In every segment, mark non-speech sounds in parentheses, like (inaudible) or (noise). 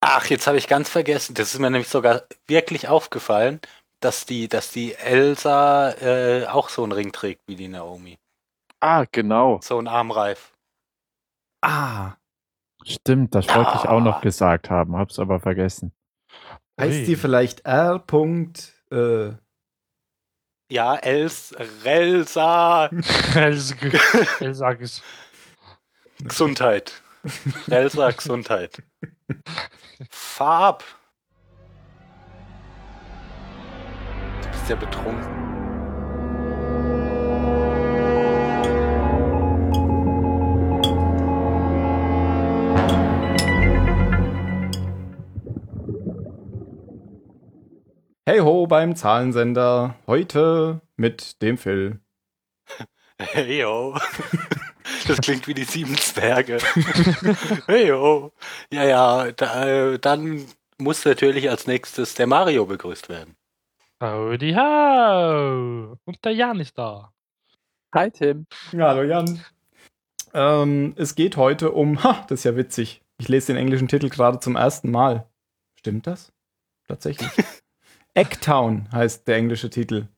Ach, jetzt habe ich ganz vergessen. Das ist mir nämlich sogar wirklich aufgefallen, dass die, dass die Elsa äh, auch so einen Ring trägt wie die Naomi. Ah, genau. So einen Armreif. Ah, Stimmt, das wollte ich auch noch Ah. gesagt haben, hab's aber (laughs) vergessen. heißt die Ui. vielleicht R. Punkt, äh, Ja, Els, Relsa, sag es. Gesundheit. Relsa, Gesundheit. Farb. Du bist ja betrunken. Hey ho beim Zahlensender. Heute mit dem Phil. Hey, yo. Das klingt wie die sieben Zwerge. Hey, yo. Ja, ja, da, äh, dann muss natürlich als nächstes der Mario begrüßt werden. Howdy ho! Und der Jan ist da. Hi Tim. Ja, hallo Jan. Ähm, es geht heute um, ha, das ist ja witzig. Ich lese den englischen Titel gerade zum ersten Mal. Stimmt das? (laughs) Tatsächlich. Ecktown heißt der englische Titel.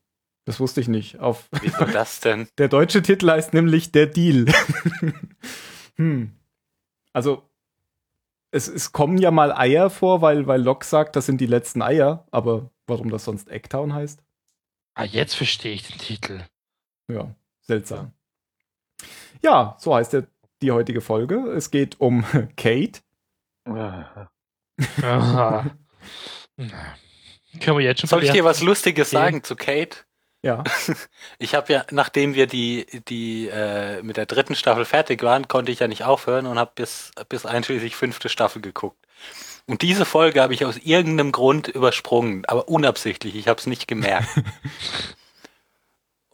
Das wusste ich nicht. Auf, Wieso das denn? der deutsche Titel heißt nämlich Der Deal. (laughs) hm. Also, es, es kommen ja mal Eier vor, weil, weil Locke sagt, das sind die letzten Eier. Aber warum das sonst Ecktown heißt? Ah, jetzt verstehe ich den Titel. Ja, seltsam. Ja, so heißt der, die heutige Folge. Es geht um (laughs) Kate. Ah, Aha. (laughs) Na, Können wir jetzt schon Soll ich bewerten? dir was Lustiges sagen zu Kate? Ja. Ich habe ja, nachdem wir die, die äh, mit der dritten Staffel fertig waren, konnte ich ja nicht aufhören und habe bis, bis einschließlich fünfte Staffel geguckt. Und diese Folge habe ich aus irgendeinem Grund übersprungen, aber unabsichtlich. Ich habe es nicht gemerkt.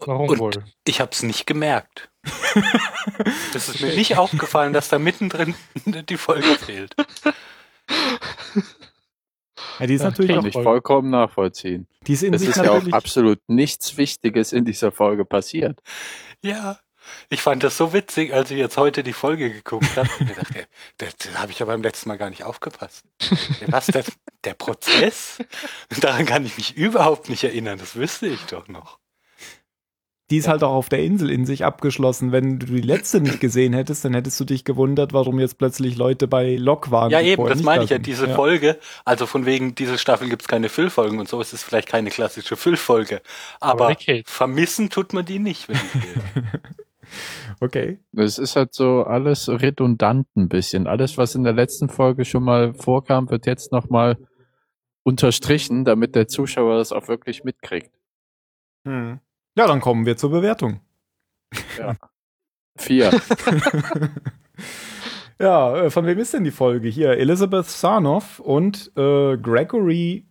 Warum Und- wohl? Ich habe es nicht gemerkt. Es ist mir nicht aufgefallen, dass da mittendrin (laughs) die Folge fehlt. ja die ist Ja, natürlich kenn auch, Kann ich vollkommen nachvollziehen. die ist in Es sich ist ja auch natürlich. absolut nichts Wichtiges in dieser Folge passiert. Ja. Ich fand das so witzig, als ich jetzt heute die Folge geguckt habe. Ich dachte, das, das habe ich ja beim letzten Mal gar nicht aufgepasst. Was, der, der Prozess? Daran kann ich mich überhaupt nicht erinnern. Das wüsste ich doch noch. die ist halt auch auf der Insel in sich abgeschlossen. Wenn du die letzte nicht gesehen hättest, dann hättest du dich gewundert, warum jetzt plötzlich Leute bei Lok waren. Ja, die eben, vorher das nicht meine da ich ja. sind. Diese Folge, also von wegen, diese Staffel gibt es keine Füllfolgen und so, es ist vielleicht keine klassische Füllfolge. Aber Aber die Kate. vermissen tut man die nicht, wenn die (laughs) fehlt. Okay. Es ist halt so alles redundant ein bisschen. Alles, was in der letzten Folge schon mal vorkam, wird jetzt nochmal unterstrichen, damit der Zuschauer das auch wirklich mitkriegt. Ja, dann kommen wir zur Bewertung. Vier. ja, äh, von wem ist denn die Folge? Hier, Elizabeth Sarnoff und äh, Gregory.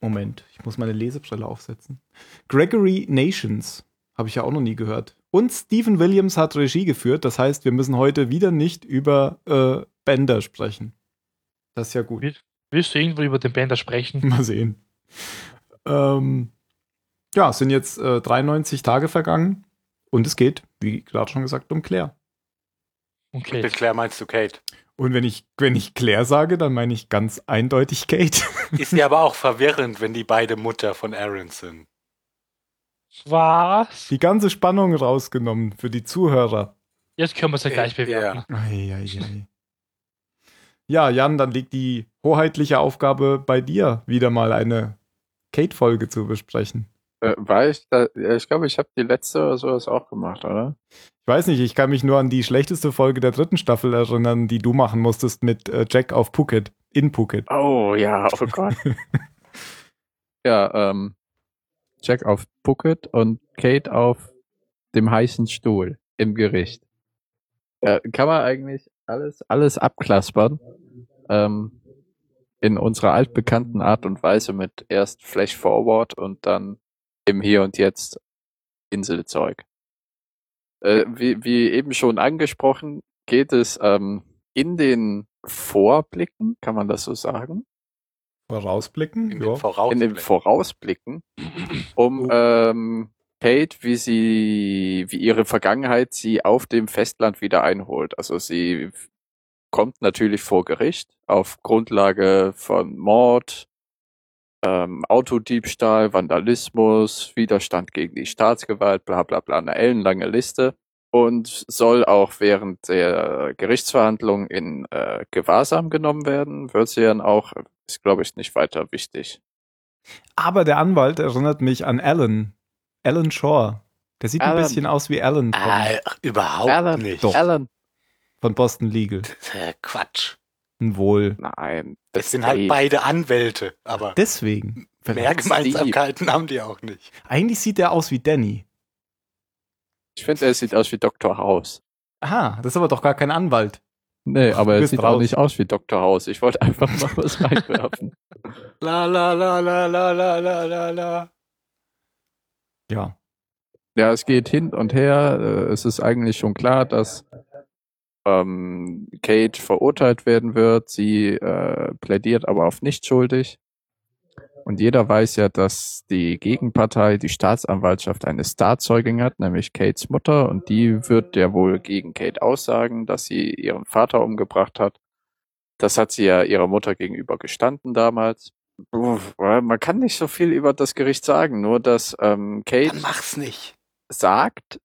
Moment, ich muss meine Lesebrille aufsetzen. Gregory Nations. Habe ich ja auch noch nie gehört. Und Stephen Williams hat Regie geführt. Das heißt, wir müssen heute wieder nicht über äh, Bender sprechen. Das ist ja gut. Willst du irgendwo über den Bänder sprechen? (laughs) Mal sehen. Ähm, ja, es sind jetzt äh, 93 Tage vergangen. Und es geht, wie gerade schon gesagt, um Claire. Okay. Claire meinst du Kate? Und wenn ich, wenn ich Claire sage, dann meine ich ganz eindeutig Kate. (laughs) Ist ja aber auch verwirrend, wenn die beide Mutter von Aaron sind. Was? Die ganze Spannung rausgenommen für die Zuhörer. Jetzt können wir es Äh, ja gleich Ja. bewerten. Eieiei. Ja, Jan, dann liegt die hoheitliche Aufgabe bei dir, wieder mal eine Kate-Folge zu besprechen. äh, war ich da, ja, ich glaube, ich habe die letzte oder sowas auch gemacht, oder? Ich weiß nicht, ich kann mich nur an die schlechteste Folge der dritten Staffel erinnern, die du machen musstest mit äh, Jack auf Phuket, in Phuket. Oh ja, oh Gott. (laughs) ja, ähm, Jack auf Pucket und Kate auf dem heißen Stuhl im Gericht. Ja, kann man eigentlich alles, alles abklaspern. Ähm, in unserer altbekannten Art und Weise mit erst Flash Forward und dann im Hier und Jetzt Inselzeug. Äh, wie, wie eben schon angesprochen, geht es ähm, in den Vorblicken, kann man das so sagen? Vorausblicken? In Ja. den Vorausblick. in den Vorausblicken, um Oh. ähm, Kate, wie sie, wie ihre Vergangenheit sie auf dem Festland wieder einholt. Also sie kommt natürlich vor Gericht auf Grundlage von Mord, ähm, Autodiebstahl, Vandalismus, Widerstand gegen die Staatsgewalt, bla bla bla, eine ellenlange Liste und soll auch während der Gerichtsverhandlung in äh, Gewahrsam genommen werden. Wird sie dann auch, ist glaube ich nicht weiter wichtig. Aber der Anwalt erinnert mich an Alan. Alan Shaw. Der sieht ein Alan. bisschen aus wie Alan von, Ah, überhaupt Alan, nicht. Doch. Alan. von Boston Legal. Äh, Quatsch. Wohl. Nein. Das sind halt beide Anwälte, aber Deswegen. Merkmalsamkeiten haben die auch nicht. Eigentlich sieht er aus wie Danny. Ich finde, er sieht aus wie Dr. House. Aha, das ist aber doch gar kein Anwalt. Nee, aber Du er bist sieht raus. auch nicht aus wie Dr. House. Ich wollte einfach mal (laughs) was reinwerfen. La la la la la la la la la. Ja. Ja, es geht hin und her. Äh, Es ist eigentlich schon klar, dass ähm, Kate verurteilt werden wird. Sie äh, plädiert aber auf nicht schuldig. Und jeder weiß ja, dass die Gegenpartei, die Staatsanwaltschaft, eine Starzeugin hat, nämlich Kates Mutter. Und die wird ja wohl gegen Kate aussagen, dass sie ihren Vater umgebracht hat. Das hat sie ja ihrer Mutter gegenüber gestanden damals. Uff, man kann nicht so viel über das Gericht sagen, nur dass ähm, Kate Dann mach's nicht. sagt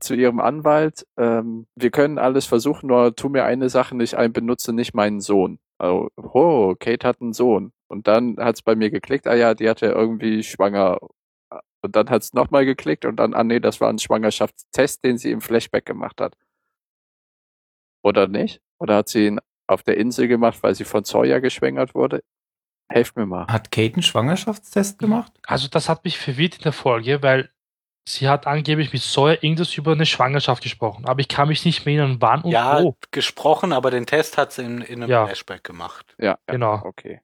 zu ihrem Anwalt, ähm, wir können alles versuchen, nur tu mir eine Sache nicht ein, benutze nicht meinen Sohn. Also, oh, Kate hat einen Sohn. Und dann hat es bei mir geklickt, ah ja, die hatte irgendwie schwanger. Und dann hat es nochmal geklickt und dann, ah nee, das war ein Schwangerschaftstest, den sie im Flashback gemacht hat. Oder nicht? Oder hat sie ihn auf der Insel gemacht, weil sie von Sawyer geschwängert wurde? Helft mir mal. Hat Kate einen Schwangerschaftstest gemacht? Also das hat mich verwirrt in der Folge, weil sie hat angeblich mit Sawyer irgendwas über eine Schwangerschaft gesprochen. Aber ich kann mich nicht mehr erinnern, Oh, wann und Ja, wo. gesprochen, aber den Test hat's in, in einem Ja. Flashback gemacht. Ja, ja Genau. okay.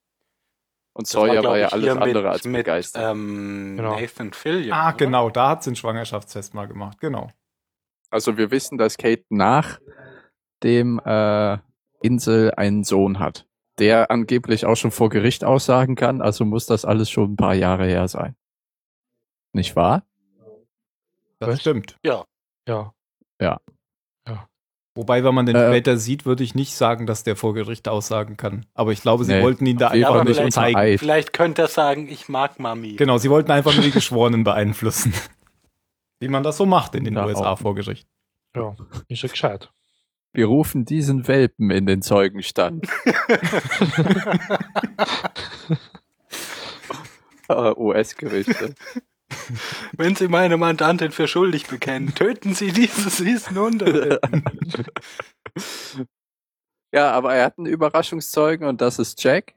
Und Das war, Sawyer war, glaub ja ich, alles hier andere mit, als mit, begeistert. Ähm, Genau. Nathan Fillion. Ah, oder? genau, da hat sie einen Schwangerschaftstest mal gemacht, genau. Also wir wissen, dass Kate nach dem äh, Insel einen Sohn hat, der angeblich auch schon vor Gericht aussagen kann, also muss das alles schon ein paar Jahre her sein. Nicht wahr? Das Was? stimmt. Ja. Wobei, wenn man den Äh, später sieht, würde ich nicht sagen, dass der vor Gericht aussagen kann. Aber ich glaube, sie Nee, wollten ihn da auf jeden einfach Fall nicht vielleicht- zeigen. Ei. Vielleicht könnte er sagen, ich mag Mami. Genau, sie wollten einfach nur die Geschworenen beeinflussen. (laughs) Wie man das so macht in den Ja, USA auch. vor Gericht. (laughs) Ja, ist ja gescheit. Wir rufen diesen Welpen in den Zeugenstand. (laughs) (laughs) Äh, US-Gerichte. Wenn Sie meine Mandantin für schuldig bekennen, töten Sie dieses Riesenhunde. Ja, aber er hat einen Überraschungszeugen und das ist Jack,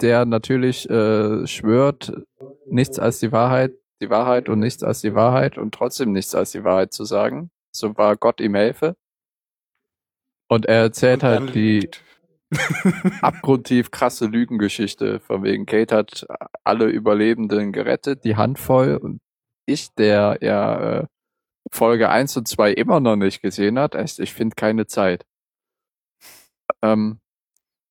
der natürlich äh, schwört, nichts als die Wahrheit, die Wahrheit und nichts als die Wahrheit und trotzdem nichts als die Wahrheit zu sagen. So war Gott ihm helfe. Und er Und erzählt dann halt die lügt. abgrundtief krasse Lügengeschichte. Von wegen Kate hat alle Überlebenden gerettet, die Handvoll. Und ich, der ja äh, Folge 1 und 2 immer noch nicht gesehen hat, echt, ich finde keine Zeit. Ähm,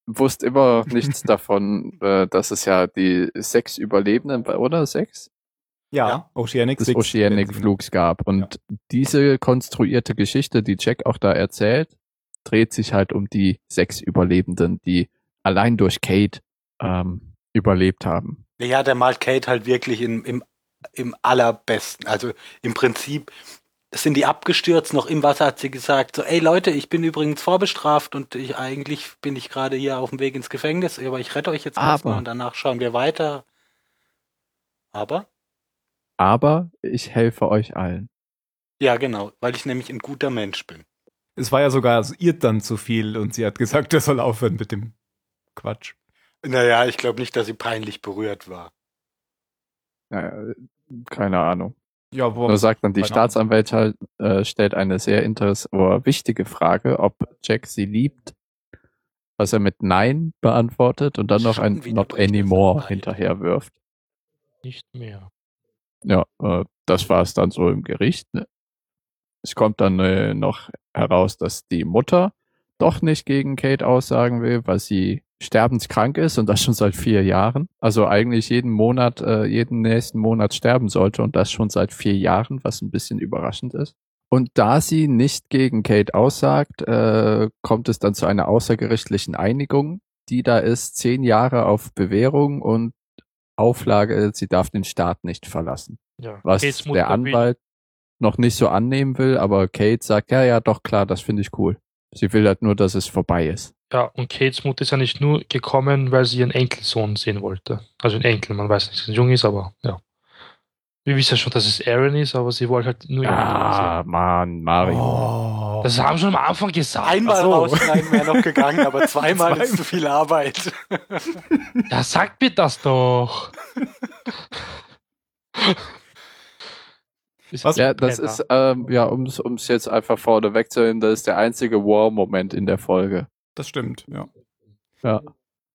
wusste immer nichts davon, äh, dass es ja die sechs Überlebenden, war, oder? Sechs? Ja, Ja. Oceanic des Six. Oceanic-Flugs gab. Und diese konstruierte Geschichte, die Jack auch da erzählt, dreht sich halt um die sechs Überlebenden, die allein durch Kate ähm, überlebt haben. (laughs) Ja, der malt Kate halt wirklich im, im, im allerbesten. Also im Prinzip sind die abgestürzt, noch im Wasser hat sie gesagt, so, ey Leute, ich bin übrigens vorbestraft und ich, eigentlich bin ich gerade hier auf dem Weg ins Gefängnis, aber ich rette euch jetzt erstmal Aber- und danach schauen wir weiter. Aber? Aber ich helfe euch allen. Ja, genau, weil ich nämlich ein guter Mensch bin. Es war ja sogar, es irrt dann zu viel und sie hat gesagt, er soll aufhören mit dem Quatsch. Naja, ich glaube nicht, dass sie peinlich berührt war. Naja, Äh, keine Ahnung. Ja, aber Nur sagt dann, die keine Staatsanwältin äh, stellt eine sehr interessante oder wichtige Frage, ob Jack sie liebt, was er mit Nein beantwortet und dann noch ein Schon wieder Not bricht das anymore Eis. hinterher wirft. Nicht mehr. Ja, äh, das war es dann so im Gericht. Ne? Es kommt dann äh, noch heraus, dass die Mutter doch nicht gegen Kate aussagen will, weil sie sterbenskrank ist und das schon seit vier Jahren. Also eigentlich jeden Monat, äh, jeden nächsten Monat sterben sollte und das schon seit vier Jahren, was ein bisschen überraschend ist. Und da sie nicht gegen Kate aussagt, äh, kommt es dann zu einer außergerichtlichen Einigung, die da ist, zehn Jahre auf Bewährung und Auflage, sie darf den Staat nicht verlassen. Ja. Was Kates Mutter der Anwalt noch nicht so annehmen will, aber Kate sagt, ja, ja, doch klar, das finde ich cool. Sie will halt nur, dass es vorbei ist. Will, ja, und Kates Mutter ist ja nicht nur gekommen, weil sie ihren Enkelsohn sehen wollte. Also einen Enkel, man weiß nicht, dass er jung ist, aber ja. Wir wissen ja schon, dass es Aaron ist, aber sie wollte halt Oh nur ihren Enkelsohn Ah, Mann, Mario. Oh. sehen. Das haben schon am Anfang gesagt. Einmal Ach so. rausschneiden wäre noch gegangen, (laughs) aber Ah, zweimal Zweimal. ist zu viel Arbeit. Ja, sagt mir (laughs) das doch. Ist Was- Ja, das Penner. ist, ähm, ja, um es jetzt einfach vorne wegzunehmen, das ist der einzige War-Moment in der Folge. Das stimmt, ja. Ja.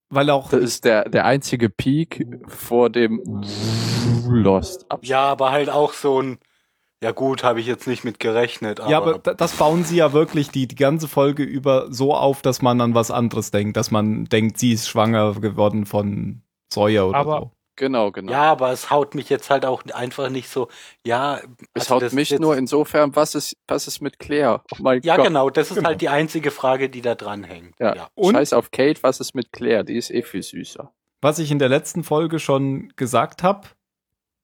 Weil auch Das ist der, der einzige Peak vor dem Lost. Ja, aber halt auch so ein, ja gut, habe ich jetzt nicht mit gerechnet, aber, Ja, aber da- das bauen sie ja wirklich die, die ganze Folge über so auf, dass man an was anderes denkt, dass man denkt, sie ist schwanger geworden von Sawyer oder Aber- so. Genau, genau. ja, aber es haut mich jetzt halt auch einfach nicht so, ja, es also haut das mich jetzt- nur insofern, was ist, was ist mit Claire? Oh mein Ja, Gott. genau, das ist Genau. halt die einzige Frage, die da dran hängt. Ja. Und- Scheiß auf Kate, was ist mit Claire? Die ist eh viel süßer. Was ich in der letzten Folge schon gesagt habe,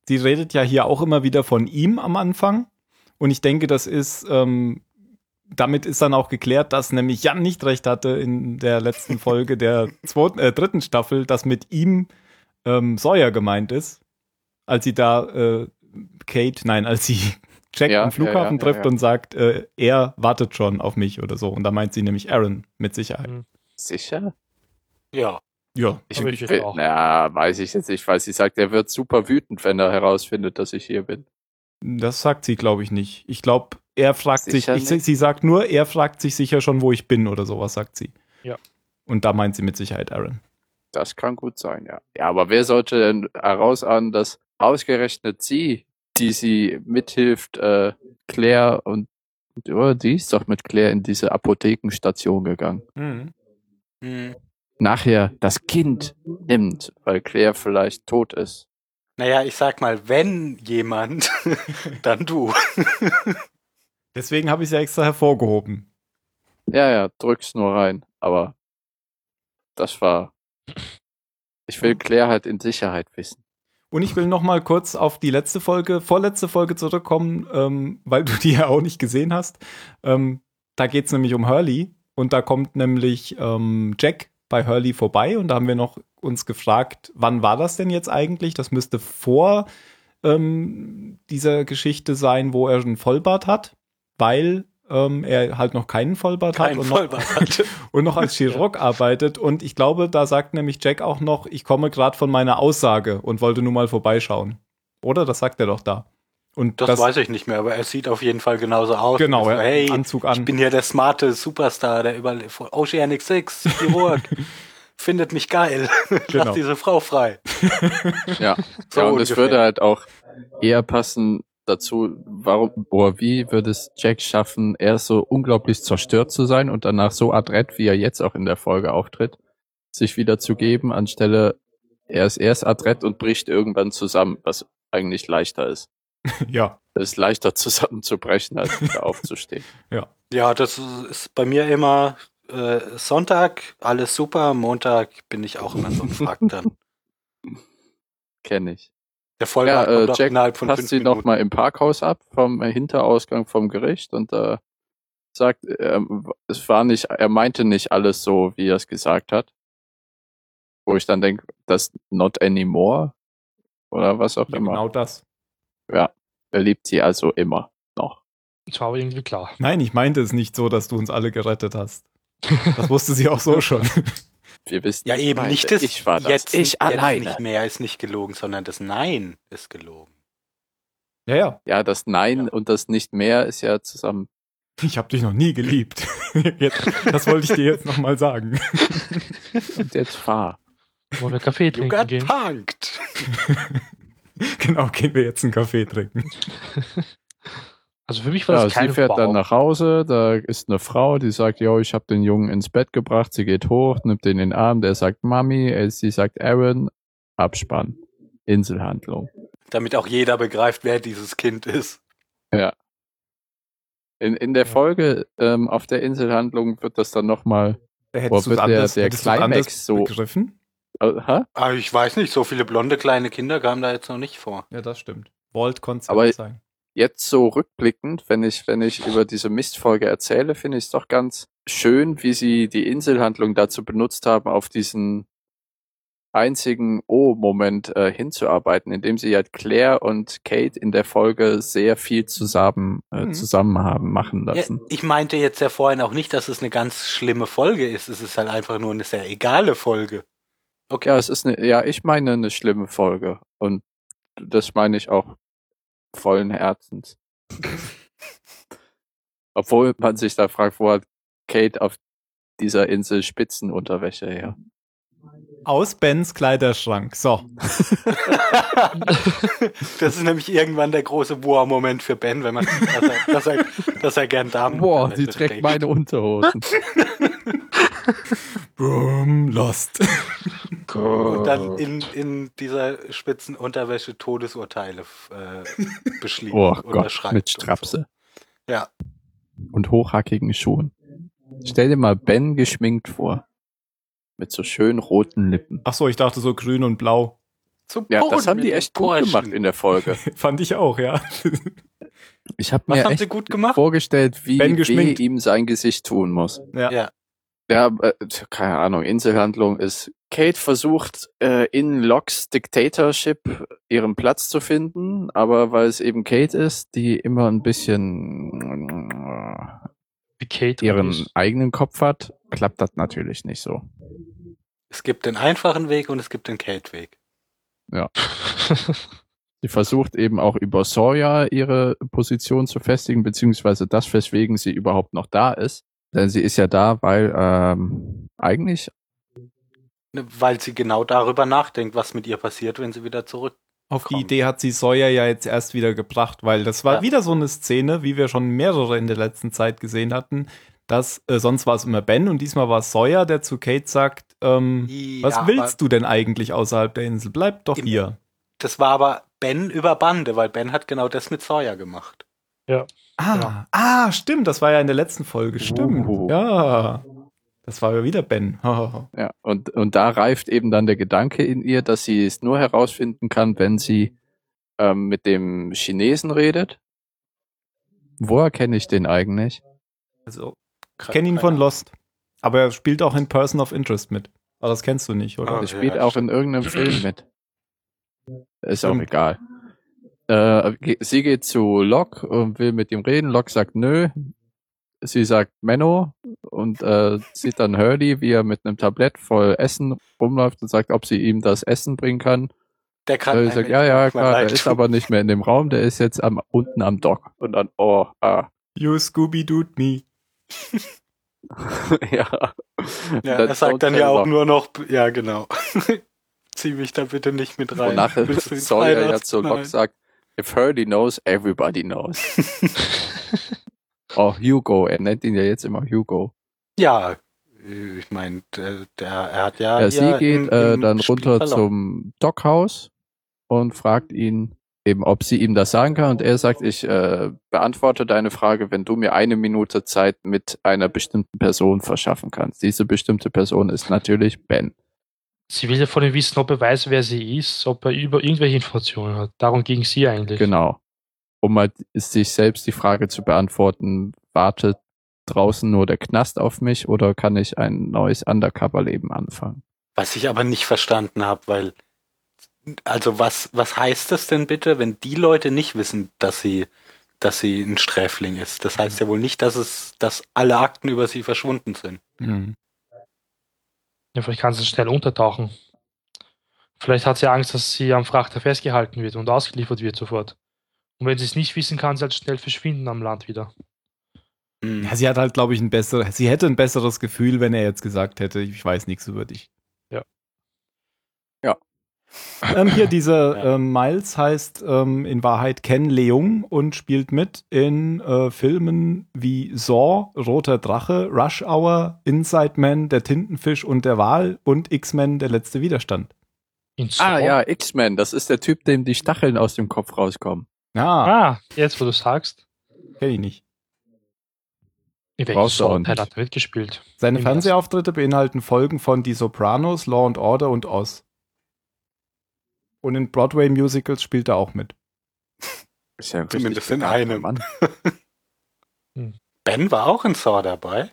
sie redet ja hier auch immer wieder von ihm am Anfang. Und ich denke, das ist, ähm, damit ist dann auch geklärt, dass nämlich Jan nicht recht hatte in der (laughs) letzten Folge der zweiten, äh, dritten Staffel, dass mit ihm ähm, Sawyer gemeint ist, als sie da äh, Kate, nein, als sie (laughs) Jack Ja, am Flughafen ja, ja, ja, trifft ja. und sagt, äh, er wartet schon auf mich oder so. Und da meint sie nämlich Aaron mit Sicherheit. Sicher? Ja. Ja, Aber ich jetzt auch. Na, weiß ich jetzt nicht, weil sie sagt, er wird super wütend, wenn er herausfindet, dass ich hier bin. Das sagt sie, glaube ich, nicht. Ich glaube, er fragt Sicher sich, ich, nicht? sie sagt nur, er fragt sich sicher schon, wo ich bin oder sowas, sagt sie. Ja. Und da meint sie mit Sicherheit Aaron. Das kann gut sein, ja. Ja, aber wer sollte denn herausahnen, dass ausgerechnet sie, die sie mithilft, äh, Claire und oh, die ist doch mit Claire in diese Apothekenstation gegangen. Hm. Nachher das Kind nimmt, weil Claire vielleicht tot ist. Naja, ich sag mal, wenn jemand, (laughs) dann (laughs) du. Deswegen habe ich sie extra hervorgehoben. Ja, ja, drück's nur rein. Aber das war. Ich will Claire halt in Sicherheit wissen. Und ich will noch mal kurz auf die letzte Folge, vorletzte Folge zurückkommen, ähm, weil du die ja auch nicht gesehen hast. Ähm, da geht es nämlich um Hurley und da kommt nämlich ähm, Jack bei Hurley vorbei und da haben wir noch uns gefragt, wann war das denn jetzt eigentlich? Das müsste vor ähm, dieser Geschichte sein, wo er einen Vollbart hat, weil ähm, er halt noch keinen Vollbart hat Kein und noch, Vollbart hatte. und (laughs) noch als Chirurg arbeitet. Und ich glaube, da sagt nämlich Jack auch noch, ich komme gerade von meiner Aussage und wollte nur mal vorbeischauen. Oder? Das sagt er doch da. Und Das, das, weiß ich nicht mehr, aber er sieht auf jeden Fall genauso aus. genau, Also, er hat hey, einen Anzug ich an. bin hier der smarte Superstar, der überall Oceanic Six, (laughs) Chirurg. Findet mich geil. Genau. Lass diese Frau frei. (laughs) Ja, So ja und es ungefähr. würde halt auch eher passen dazu, warum, boah, wie würde es Jack schaffen, erst so unglaublich zerstört zu sein und danach so adrett, wie er jetzt auch in der Folge auftritt, sich wieder zu geben, anstelle er ist erst adrett und bricht irgendwann zusammen, was eigentlich leichter ist. Ja. Es ist leichter (laughs) zusammenzubrechen, als wieder aufzustehen. Ja, das ist bei mir immer äh, Sonntag, alles super. Montag bin ich auch immer so ein (laughs) Frack dann. Kenne ich. Der Vollbart Ja, äh, kommt auch Jack innerhalb von passt fünf sie Minuten. nochmal im Parkhaus ab vom äh, Hinterausgang vom Gericht und äh, sagt, ähm, w- es war nicht, er meinte nicht alles so, wie er es gesagt hat. Wo ich dann denke, das not anymore oder was auch Ja, immer. Genau das. Er liebt sie also immer noch. Das war aber irgendwie klar. Nein, ich meinte es nicht so, dass du uns alle gerettet hast. Das wusste sie auch (laughs) so schon. Wir wissen, Ja, eben beide, nicht das. ich war das. Jetzt, ich jetzt alleine. nicht mehr ist nicht gelogen, sondern das Nein ist gelogen. Ja, ja. Ja, das Nein Ja. und das nicht mehr ist ja zusammen. (laughs) Ich habe dich noch nie geliebt. (laughs) Jetzt, das wollte ich dir jetzt nochmal sagen. Und jetzt fahr. Wollen wir Kaffee You trinken got gehen? punked. Genau, gehen wir jetzt einen Kaffee trinken. (laughs) Also für mich war Ja, das sie kein fährt Wow. dann nach Hause, da ist eine Frau, die sagt, yo, ich habe den Jungen ins Bett gebracht, sie geht hoch, nimmt den in den Arm, der sagt Mami, äh, sie sagt Aaron, Abspann, Inselhandlung. Damit auch jeder begreift, wer dieses Kind ist. In, in der Folge ähm, auf der Inselhandlung wird das dann nochmal. Da Boah, hättest du wird der- es anders, der hättest du's anders Climax so- begriffen. Äh, hä? Aber ich weiß nicht, so viele blonde kleine Kinder kamen da jetzt noch nicht vor. Ja, das stimmt. Vault konnte Aber- es sein. jetzt so rückblickend, wenn ich, wenn ich über diese Mistfolge erzähle, finde ich es doch ganz schön, wie sie die Inselhandlung dazu benutzt haben, auf diesen einzigen O-Moment äh, hinzuarbeiten, indem sie halt Claire und Kate in der Folge sehr viel zusammen, äh, Mhm. zusammen haben machen Ja, lassen. ich meinte jetzt ja vorhin auch nicht, dass es eine ganz schlimme Folge ist. Es ist halt einfach nur eine sehr egale Folge. Ja, es ist eine, ja, ich meine eine schlimme Folge und das meine ich auch (laughs) vollen Herzens. Obwohl man sich da fragt, wo hat Kate auf dieser Insel Spitzenunterwäsche her? Aus Bens Kleiderschrank. So. das ist nämlich irgendwann der große Boah-Moment für Ben, wenn man, dass er, dass er, dass er gern Damen (laughs) Unterhosen. Brum, lost. Und dann in, in dieser spitzen Unterwäsche Todesurteile äh, beschließt. oh Gott, unterschreibt mit und so. Strapse. Ja. Und hochhackigen Schuhen. Stell dir mal Ben geschminkt vor. Mit so schönen roten Lippen. Ach so, ich dachte so grün und blau. Zum Ja, das Boden haben die mit echt den gut Burschen. gemacht in (laughs) der Folge. (laughs) Fand ich auch, ja. Ich habe Was mir haben echt sie gut gemacht? vorgestellt, wie Ah. Ben geschminkt. weh ihm sein Gesicht tun muss. Ja. Ja. Ja, äh, tja, keine Ahnung, Inselhandlung ist. Kate versucht äh, in Locks Dictatorship ihren Platz zu finden, aber weil es eben Kate ist, die immer ein bisschen Wie Kate äh, ihren ist. (laughs) eigenen Kopf hat, klappt das natürlich nicht so. Es gibt den einfachen Weg und es gibt den Kate-Weg. Sie versucht eben auch über Sawyer ihre Position zu festigen, beziehungsweise das, weswegen sie überhaupt noch da ist. Denn sie ist ja da, weil ähm, eigentlich Ne, Weil sie genau darüber nachdenkt, was mit ihr passiert, wenn sie wieder zurück. Auf die Komm. Idee hat sie Sawyer ja jetzt erst wieder gebracht, weil das war Ja. wieder so eine Szene, wie wir schon mehrere in der letzten Zeit gesehen hatten, dass äh, sonst war es immer Ben und diesmal war es Sawyer, der zu Kate sagt, ähm, was willst du denn eigentlich außerhalb der Insel? Bleib doch Im- hier. Das war aber Ben über Bande, weil Ben hat genau das mit Sawyer gemacht. Ah, Ja. ah, stimmt, das war ja in der letzten Folge, stimmt. Oh. Ja. Das war ja wieder Ben. (laughs) Ja, und, und da reift eben dann der Gedanke in ihr, dass sie es nur herausfinden kann, wenn sie ähm, mit dem Chinesen redet. Woher kenne ich den eigentlich? also, ich kenne ihn von Lost, aber er spielt auch in Person of Interest mit. Aber das kennst du nicht, oder? Ah. Der spielt ja, auch in irgendeinem Film mit. Ist auch Stimmt. egal. Äh, ge- sie geht zu Locke und will mit ihm reden. Locke sagt nö. Sie sagt Menno und äh, sieht dann Hurley, wie er mit einem Tablett voll Essen rumläuft und sagt, ob sie ihm das Essen bringen kann. Der kann Äh, ich sag, eigentlich ja, ja, nicht mehr klar, leid der ist tun. aber nicht mehr in dem Raum, der ist jetzt am, unten am Dock. Und dann, oh, ah, You Scooby-Doo me. (laughs) ja. Ja, er sagt dann ja auch nur nur noch, ja, genau. (laughs) Zieh mich da bitte nicht mit rein. Wonach Willst du den Sawyer ja Freiratzen? zu Locke Nein. sagt, if Hurley knows, everybody knows. oh, Hugo, er nennt ihn ja jetzt immer Hugo. (laughs) Ja, äh, ich meine, der, der, er hat ja. Ja, hier sie geht im- äh, im dann Spiel runter verloren. zum Dockhaus und fragt ihn eben, ob sie ihm das sagen kann. Und er sagt, ich äh, beantworte deine Frage, wenn du mir eine Minute Zeit mit einer bestimmten Person verschaffen kannst. Diese bestimmte Person ist natürlich Ben. Sie will ja von ihm wissen, ob er weiß, wer sie ist, ob er über irgendwelche Informationen hat. Darum ging sie eigentlich. Genau. Um halt sich selbst die Frage zu beantworten, wartet draußen nur der Knast auf mich oder kann ich ein neues Undercover-Leben anfangen? Was ich aber nicht verstanden habe, weil. Also, was, was heißt das denn bitte, wenn die Leute nicht wissen, dass sie, dass sie ein Sträfling ist? Das heißt ja wohl nicht, dass es, dass alle Akten über sie verschwunden sind. Ja, vielleicht kann sie schnell untertauchen. Vielleicht hat sie Angst, dass sie am Frachter festgehalten wird und ausgeliefert wird sofort. Und wenn sie es nicht wissen, kann sie halt schnell verschwinden am Land wieder. Hm. Ja, sie hat halt, glaube ich, ein besseres, sie hätte ein besseres Gefühl, wenn er jetzt gesagt hätte, ich weiß nichts über dich. Ja. Ja. Ähm, hier dieser Ja. ähm, Miles heißt ähm, in Wahrheit Ken Leung und spielt mit in äh, Filmen wie Saw, Roter Drache, Rush Hour, Inside Man, Der Tintenfisch und der Wal und X-Men, Der letzte Widerstand. In Ah Saw- ja, X-Men, das ist der Typ, dem die Stacheln aus dem Kopf rauskommen. Ja, Ah, jetzt wo du sagst. kenn ich nicht. In welchem Brauchst du auch Song nicht. hat er da mitgespielt? Seine Im Fernsehauftritte beinhalten Folgen von Die Sopranos, Law and Order und Oz. Und in Broadway-Musicals spielt er auch mit. Ist ja ein Zumindest richtig in einem. Mann. Ben war auch in Saw dabei.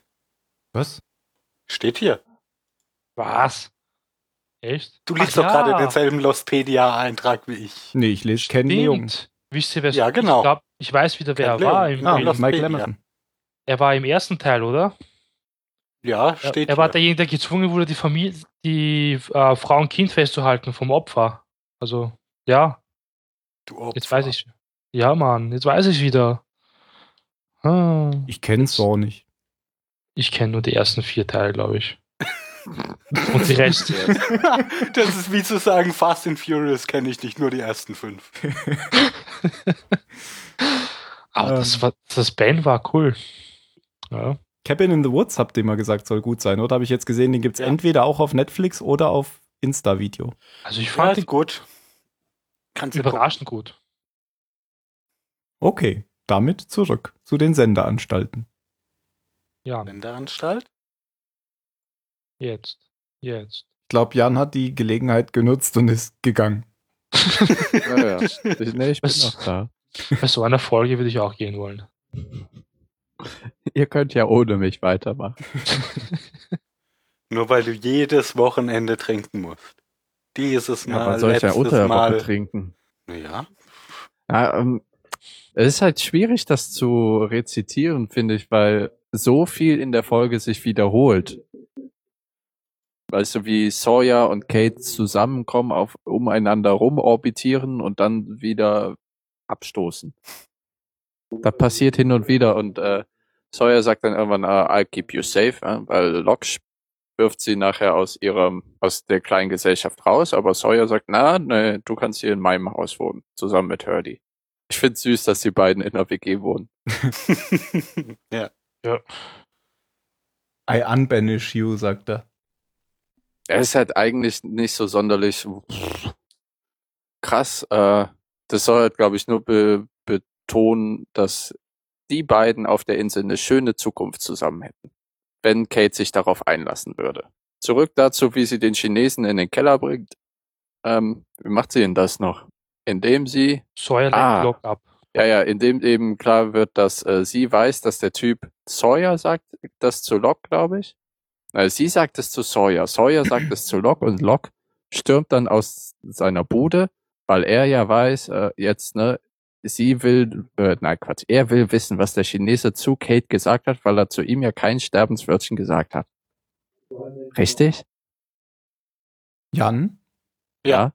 Was? Steht hier. Was? Echt? Du Ach liest doch gerade ja, denselben Lostpedia-Eintrag wie ich. Nee, ich lese Ken Leung. Stimmt. Wisst ihr, wer Ja, genau. ich, glaub, ich weiß wieder, wer Ken er war. Leung. Im, Ja, Ah, Lost Mike Media. Lemerson. Er war im ersten Teil, oder? Ja, Er- steht er war hier. derjenige, der gezwungen wurde, die Familie, die äh, Frau und Kind festzuhalten vom Opfer. Also, ja, Du Opfer. jetzt weiß ich. Ja, Mann, jetzt weiß ich wieder. Hm, Ich kenn's so nicht. ich kenne nur die ersten vier Teile, (laughs) glaube ich. und die Rest. (laughs) das ist wie zu sagen, Fast and Furious kenne ich nicht, nur die ersten fünf. Ähm. Aber Ah, das, war, das Band war cool. Ja. Cabin in the Woods habt ihr mal gesagt, soll gut sein, oder? Habe ich jetzt gesehen, den gibt's Ja. entweder auch auf Netflix oder auf Insta-Video. Also, ich Ja, fand ist gut. Kannst die du gucken. überraschend gut. Okay, damit zurück zu den Sendeanstalten. Ja, Sendeanstalt? jetzt. Jetzt. Ich glaube, Jan hat die Gelegenheit genutzt und ist gegangen. Ja, ja. (laughs) Ich, nee, ich bin Was? noch da. Bei so einer Folge würde ich auch gehen wollen. (laughs) Ihr könnt ja ohne mich weitermachen. Nur weil du jedes Wochenende trinken musst. Dieses Ja, Mal, man soll ich ja letztes unter der Woche Mal. trinken. Ja, (laughs) Ja, ähm, es ist halt schwierig, das zu rezitieren, finde ich, weil so viel in der Folge sich wiederholt. Weißt du, wie Sawyer und Kate zusammenkommen, auf, umeinander rumorbitieren und dann wieder abstoßen. Das passiert hin und wieder und äh, Sawyer sagt dann irgendwann, ah, I'll keep you safe, äh, weil Locke wirft sie nachher aus ihrem, aus der kleinen Gesellschaft raus, aber Sawyer sagt, na, nee, du kannst hier in meinem Haus wohnen, zusammen mit Hurley. Ich find's süß, dass die beiden in der WG wohnen. ja. I unbanish you, sagt er. Er ist halt eigentlich nicht so sonderlich pff, krass. Äh, das soll halt, glaube ich, nur be betonen, dass die beiden auf der Insel eine schöne Zukunft zusammen hätten, wenn Kate sich darauf einlassen würde. Zurück dazu, wie sie den Chinesen in den Keller bringt. Ähm, wie macht sie denn das noch? Indem sie Sawyer lenkt Ah. Locke ab. Ja, ja, indem eben klar wird, dass äh, sie weiß, dass der Typ Sawyer sagt das zu Locke, glaube ich. Äh, sie sagt es zu Sawyer. Sawyer sagt es zu Locke und Locke stürmt dann aus seiner Bude, weil er ja weiß, äh, jetzt, ne, sie will, äh, nein, Quatsch, er will wissen, was der Chinese zu Kate gesagt hat, weil er zu ihm ja kein Sterbenswörtchen gesagt hat. Richtig? Jan? Ja.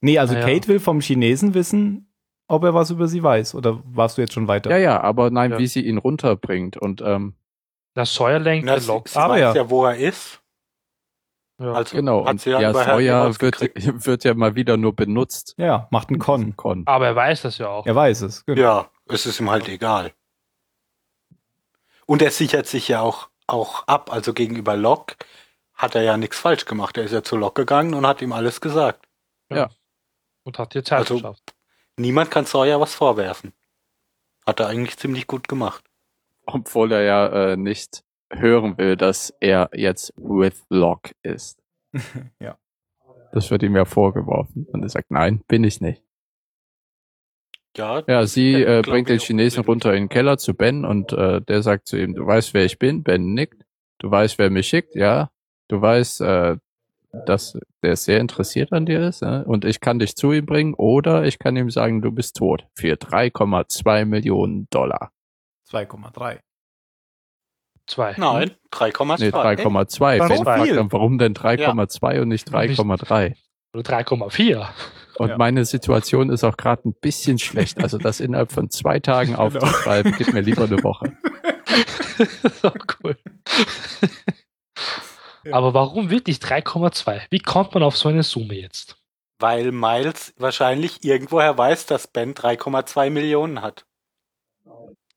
Nee, also Ah, ja. Kate will vom Chinesen wissen, ob er was über sie weiß. Oder warst du jetzt schon weiter? Ja, ja, aber nein, Ja. wie sie ihn runterbringt und, ähm, Na, Sawyer lenkt Na, sie, Locke sie ab. weiß ja. ja. wo er ist. Ja. Also genau, hat und sie ja, ja, überall Sawyer wird, rausgekriegt. wird (laughs) ja mal wieder nur benutzt. Ja, ja, macht einen Con. Con. Aber er weiß das ja auch. Er weiß es. Genau. Ja, es ist ihm halt egal. Und er sichert sich ja auch, auch ab. Also gegenüber Locke hat er ja nichts falsch gemacht. Er ist ja zu Locke gegangen und hat ihm alles gesagt. Und hat ihr Zeit Also- geschafft. Niemand kann Sawyer was vorwerfen. Hat er eigentlich ziemlich gut gemacht. Obwohl er ja äh, nicht hören will, dass er jetzt with Locke (laughs) ist. Ja. Das wird ihm ja vorgeworfen. Und er sagt, nein, bin ich nicht. Ja, Ja, sie Ja, äh, glaub bringt ich den auch. Chinesen runter in den Keller zu Ben und äh, der sagt zu ihm, du weißt, wer ich bin. Ben nickt. Du weißt, wer mich schickt, ja. Du weißt, äh, dass der sehr interessiert an dir ist. Ne? Und ich kann dich zu ihm bringen oder ich kann ihm sagen, du bist tot. Für 3,2 Millionen Dollar. 2,3. Zwei. nein, Nee, 3,2. 3,2. Dann Ben so fragt viel. dann, warum denn 3,2 und nicht 3,3? Oder 3,4. (laughs) Und Ja. meine Situation ist auch gerade ein bisschen schlecht. Also das innerhalb von zwei Tagen Genau. aufzuschreiben, gibt mir lieber eine Woche. Das ist auch cool. Ja. Aber warum wirklich 3,2? Wie kommt man auf so eine Summe jetzt? weil Miles wahrscheinlich irgendwoher weiß, dass Ben 3,2 Millionen hat.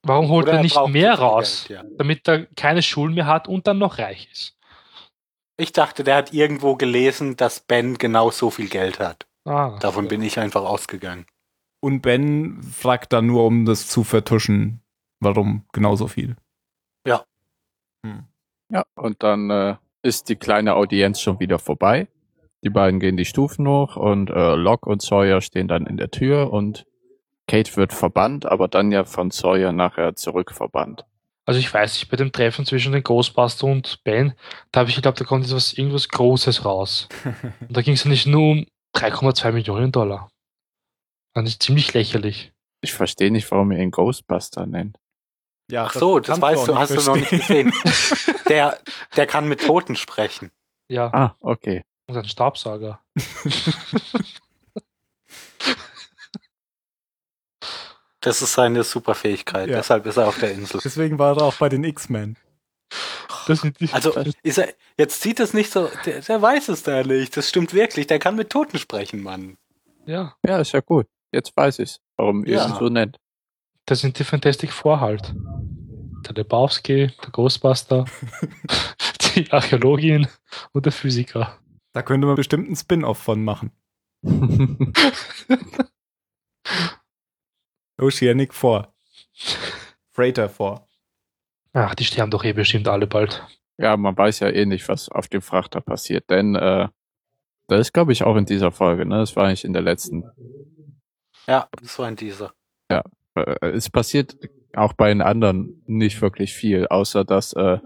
Warum holt er nicht braucht mehr so viel raus, Geld, ja. damit er keine Schulden mehr hat und dann noch reich ist? Ich dachte, der hat irgendwo gelesen, dass Ben genau so viel Geld hat. Ah, Davon bin ich einfach ausgegangen. Und Ben fragt dann nur, um das zu vertuschen, warum genau so viel. Ja, und dann äh, ist die kleine Audienz schon wieder vorbei. Die beiden gehen die Stufen hoch und äh, Locke und Sawyer stehen dann in der Tür und Kate wird verbannt, aber dann ja von Sawyer nachher zurück verbannt. Also ich weiß nicht, bei dem Treffen zwischen den Ghostbuster und Ben, da habe ich geglaubt, da kommt jetzt was, irgendwas (laughs) Großes raus. Und da ging es ja nicht nur um 3,2 Millionen Dollar. Fand ich ziemlich lächerlich. Ich verstehe nicht, warum ihr ihn Ghostbuster nennt. Ja, Ach so, das kannst auch weißt du, nicht hast du noch nicht verstehen. (laughs) gesehen. Der, der kann mit Toten sprechen. Ja, Ah, okay. und ein Stabsager. Das ist seine Superfähigkeit. Ja. Deshalb ist er auf der Insel. Deswegen war er auch bei den X-Men. Das sind die Also ist er, jetzt sieht es nicht so, der, der weiß es da nicht. Das stimmt wirklich. Der kann mit Toten sprechen, Mann. ja, Ja, ist ja gut. Jetzt weiß ich warum ihr Ja. ihn so nennt. das sind die Fantastic Four halt. Der Lebowski, der Ghostbuster, die Archäologin und der Physiker. Da könnte man bestimmt einen Spin-off von machen. (laughs) Oceanic (laughs) 4. Freighter 4. Ach, die sterben doch eh bestimmt alle bald. ja, man weiß ja eh nicht, was auf dem Frachter passiert, denn äh, das ist, glaube ich, auch in dieser Folge, ne? Das war eigentlich in der letzten Ja, das war ein dieser. äh, es passiert auch bei den anderen nicht wirklich viel, außer dass äh,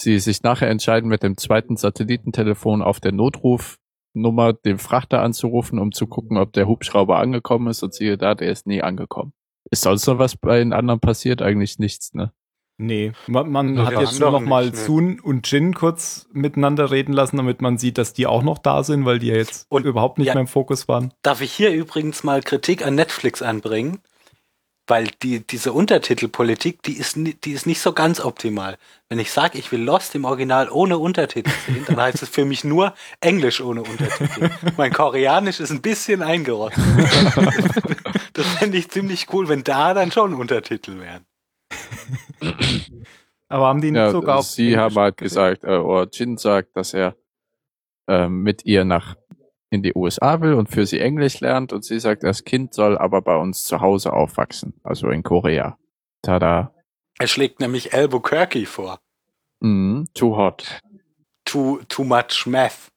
sie sich nachher entscheiden, mit dem zweiten Satellitentelefon auf der Notrufnummer den Frachter anzurufen, um zu gucken, ob der Hubschrauber angekommen ist und siehe da, der ist nie angekommen. Ist sonst noch was bei den anderen passiert? Eigentlich nichts, ne? Nee, man, man Ja, hat der jetzt andere nur noch mal nicht, ne. Sun und Jin kurz miteinander reden lassen, damit man sieht, dass die auch noch da sind, weil die ja jetzt Und- überhaupt nicht ja. mehr im Fokus waren. Darf ich hier übrigens mal Kritik an Netflix anbringen? Weil die, diese Untertitelpolitik, die ist, ni- die ist nicht so ganz optimal. Wenn ich sage, ich will Lost im Original ohne Untertitel sehen, dann heißt es für mich nur Englisch ohne Untertitel. Mein Koreanisch ist ein bisschen eingerostet. (laughs) Das fände ich ziemlich cool, wenn da dann schon Untertitel wären. Aber haben die nicht Ja, sogar auf sie Englisch haben halt geredet? gesagt, äh, oder Jin sagt, dass er äh, mit ihr nach in die USA will und für sie Englisch lernt und sie sagt, das Kind soll aber bei uns zu Hause aufwachsen, also in Korea. Tada. Er schlägt nämlich Albuquerque vor. Mhm, too hot. Too, too much meth.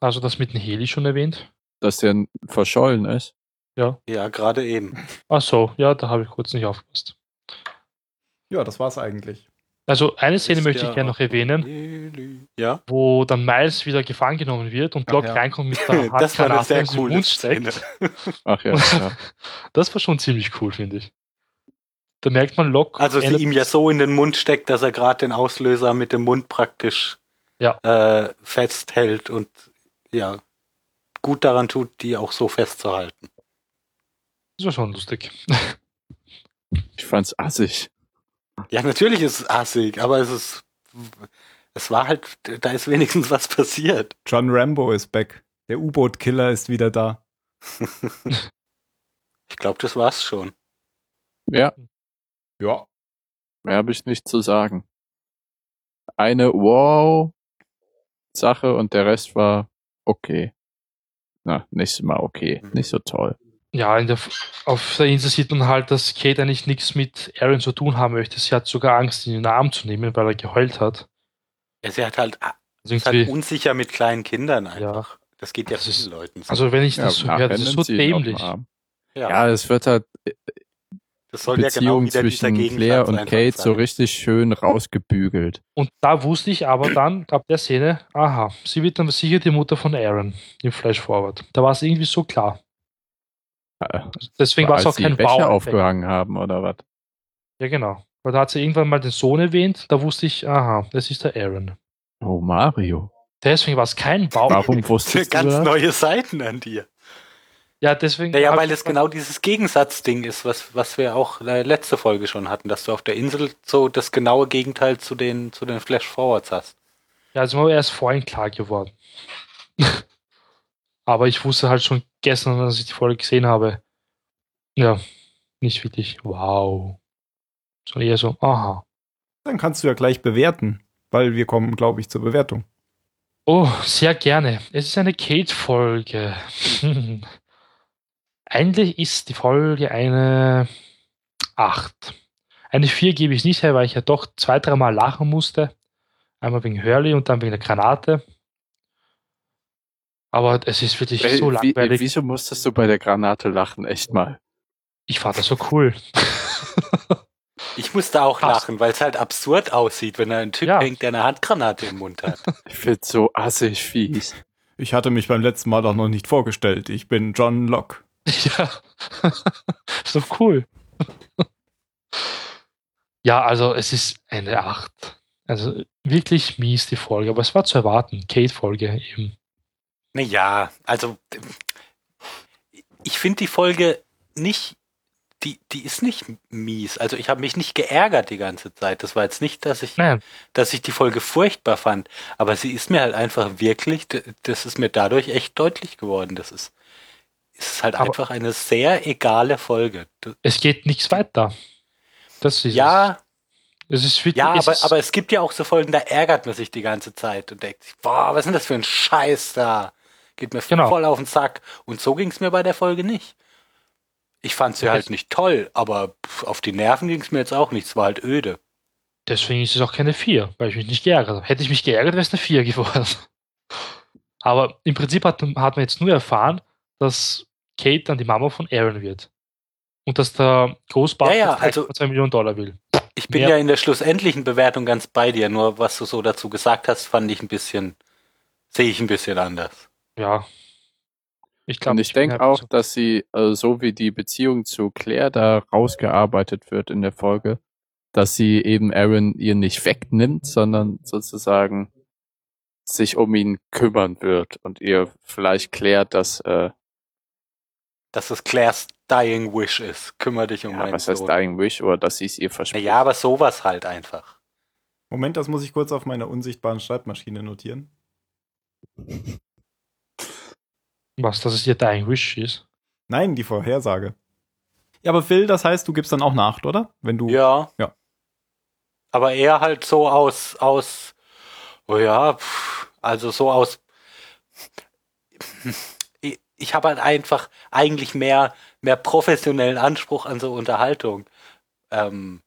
Also das mit dem Heli schon erwähnt. Dass der verschollen ist. Ja, gerade eben. Ach so, ja, da habe ich kurz nicht aufgepasst. (laughs) Ja, das war's eigentlich. Also eine Szene Ist möchte der ich gerne noch auch- erwähnen, Ja, wo dann Miles wieder gefangen genommen wird und Ach Block ja. (laughs) reinkommt mit der das war eine Handgranate sehr im coole Mund Szene. steckt. Ach ja, (laughs) ja. Das war schon ziemlich cool, finde ich. Da merkt man Lock. Also sie ihm ja so in den Mund steckt, dass er gerade den Auslöser mit dem Mund praktisch Ja. äh, festhält und ja gut daran tut, die auch so festzuhalten. Das war schon lustig. Ich fand's assig. Ja, natürlich ist es assig, aber es ist es war halt, da ist wenigstens was passiert. John Rambo ist back. Der U-Boot-Killer ist wieder da. Ich glaube, das war's schon. Ja, Ja. mehr habe ich nicht zu sagen. Eine wow Sache und der Rest war okay. Na, nächstes Mal okay. Mhm. Nicht so toll. Ja, in der, auf der Insel sieht man halt, dass Kate eigentlich nichts mit Aaron zu tun haben möchte. Sie hat sogar Angst, ihn in den Arm zu nehmen, weil er geheult hat. Ja, sie hat halt, Also, ist halt irgendwie, unsicher mit kleinen Kindern ja. einfach. Das geht ja Das ist- vielen Leuten so. also wenn ich das so höre, nachher das ist nimmt so sie ihn auf den dämlich. Arm. ja, Ja, es wird halt das die soll ja genau Beziehung wieder dieser zwischen Claire Gegensatz und einfach Kate so sein. richtig schön rausgebügelt. Und da wusste ich aber dann, ab der Szene, aha, sie wird dann sicher die Mutter von Aaron im Flash Forward. Da war es irgendwie so klar. Äh, Also Deswegen war es auch als sie kein Wäsche Wow. aufgehangen haben oder was? Ja, genau. Weil da hat sie irgendwann mal den Sohn erwähnt, da wusste ich, aha, das ist der Aaron. Oh Mario, Deswegen war es kein (laughs) Wow. warum (laughs) wusstest du Ganz das? neue Seiten an dir. Ja, deswegen. Naja, hab weil ich- es genau dieses Gegensatzding ist, was, was wir auch äh, letzte Folge schon hatten, dass du auf der Insel so das genaue Gegenteil zu den, zu den Flash-Forwards hast. Ja, also mir war erst vorhin klar geworden. (laughs) Aber ich wusste halt schon gestern, als ich die Folge gesehen habe. Ja, nicht wirklich wow. Sondern eher so, aha. Dann kannst du ja gleich bewerten, weil wir kommen, glaube ich, zur Bewertung. Oh, sehr gerne. Es ist eine Kate-Folge. (laughs) Eigentlich ist die Folge eine 8. Eine 4 gebe ich nicht her, weil ich ja doch zwei, dreimal lachen musste. Einmal wegen Hurley und dann wegen der Granate. Aber es ist wirklich Weil, so wie, langweilig. wieso musstest du bei der Granate lachen, echt mal? Ich fand das so cool. (laughs) Ich musste auch Passt. lachen, weil es halt absurd aussieht, wenn da ein Typ Ja. hängt, der eine Handgranate im Mund (laughs) hat. Ich find's so assig fies. Ich hatte mich beim letzten Mal doch noch nicht vorgestellt. Ich bin John Locke. (laughs) Ja, ist doch cool. (laughs) Ja, also es ist eine 8. Also wirklich mies die Folge, aber es war zu erwarten. Kate-Folge eben. Naja, also ich finde die Folge nicht, die, die ist nicht mies. Also ich habe mich nicht geärgert die ganze Zeit. Das war jetzt nicht, dass ich, Nein, dass ich die Folge furchtbar fand, aber sie ist mir halt einfach wirklich, d- das ist mir dadurch echt deutlich geworden. Das ist, ist halt Aber- einfach eine sehr egale Folge. D- es geht nichts weiter. Das ist Ja, es. Es ist wirklich, ja, es aber, ist, aber es gibt ja auch so Folgen, da ärgert man sich die ganze Zeit und denkt sich, boah, was ist denn das für ein Scheiß da? Geht mir Genau. voll auf den Sack. Und so ging's mir bei der Folge nicht. Ich fand sie Ja, halt das- nicht toll, aber pff, auf die Nerven ging's mir jetzt auch nicht. Es war halt öde. deswegen ist es auch keine 4, weil ich mich nicht geärgert habe. Hätte ich mich geärgert, wäre es eine 4 geworden. (laughs) Aber im Prinzip hat, hat man jetzt nur erfahren, dass Kate dann die Mama von Aaron wird. Und dass der Großbastard Ja, ja, also- 2 Millionen Dollar will. Ich bin Ja. ja. in der schlussendlichen Bewertung ganz bei dir. Nur was du so dazu gesagt hast, fand ich ein bisschen, sehe ich ein bisschen anders. Ja. Ich halt glaube, Und ich denke auch, dass sie, äh, so wie die Beziehung zu Claire da rausgearbeitet wird in der Folge, dass sie eben Aaron ihr nicht wegnimmt, sondern sozusagen sich um ihn kümmern wird und ihr vielleicht klärt, dass, äh, Dass es Claires dying wish ist. Kümmere dich um ja, meinen was heißt Sohn. Dying Wish oder dass sie es ihr verspricht. Naja, aber sowas halt einfach. Moment, das muss ich kurz auf meiner unsichtbaren Schreibmaschine notieren. was, dass es ihr Dying Wish ist. Nein, die Vorhersage. Ja, aber Phil, das heißt, du gibst dann auch eine 8, oder? Wenn du. Ja. Ja. Aber eher halt so aus, aus, oh ja, pff, also so aus. (laughs) Ich- Ich habe halt einfach eigentlich mehr, mehr professionellen Anspruch an so Unterhaltung. Ähm,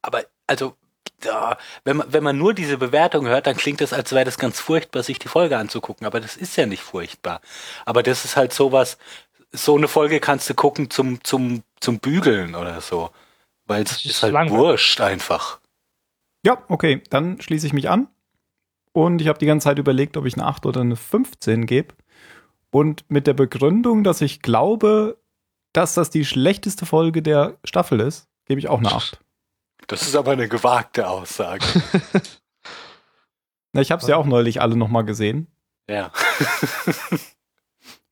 aber, also, ja, wenn, man, wenn man nur diese Bewertung hört, dann klingt das, als wäre das ganz furchtbar, sich die Folge anzugucken. Aber das ist ja nicht furchtbar. Aber das ist halt sowas, so eine Folge kannst du gucken zum, zum, zum Bügeln oder so. Weil Das es ist ist halt langweilig. wurscht einfach. Ja, okay, dann schließe ich mich an. Und ich habe die ganze Zeit überlegt, ob ich eine 8 oder eine 15 gebe. Und mit der Begründung, dass ich glaube, dass das die schlechteste Folge der Staffel ist, gebe ich auch eine 8. Das ist aber eine gewagte (laughs) Aussage. Na, ich habe sie ja auch neulich alle nochmal gesehen. ja.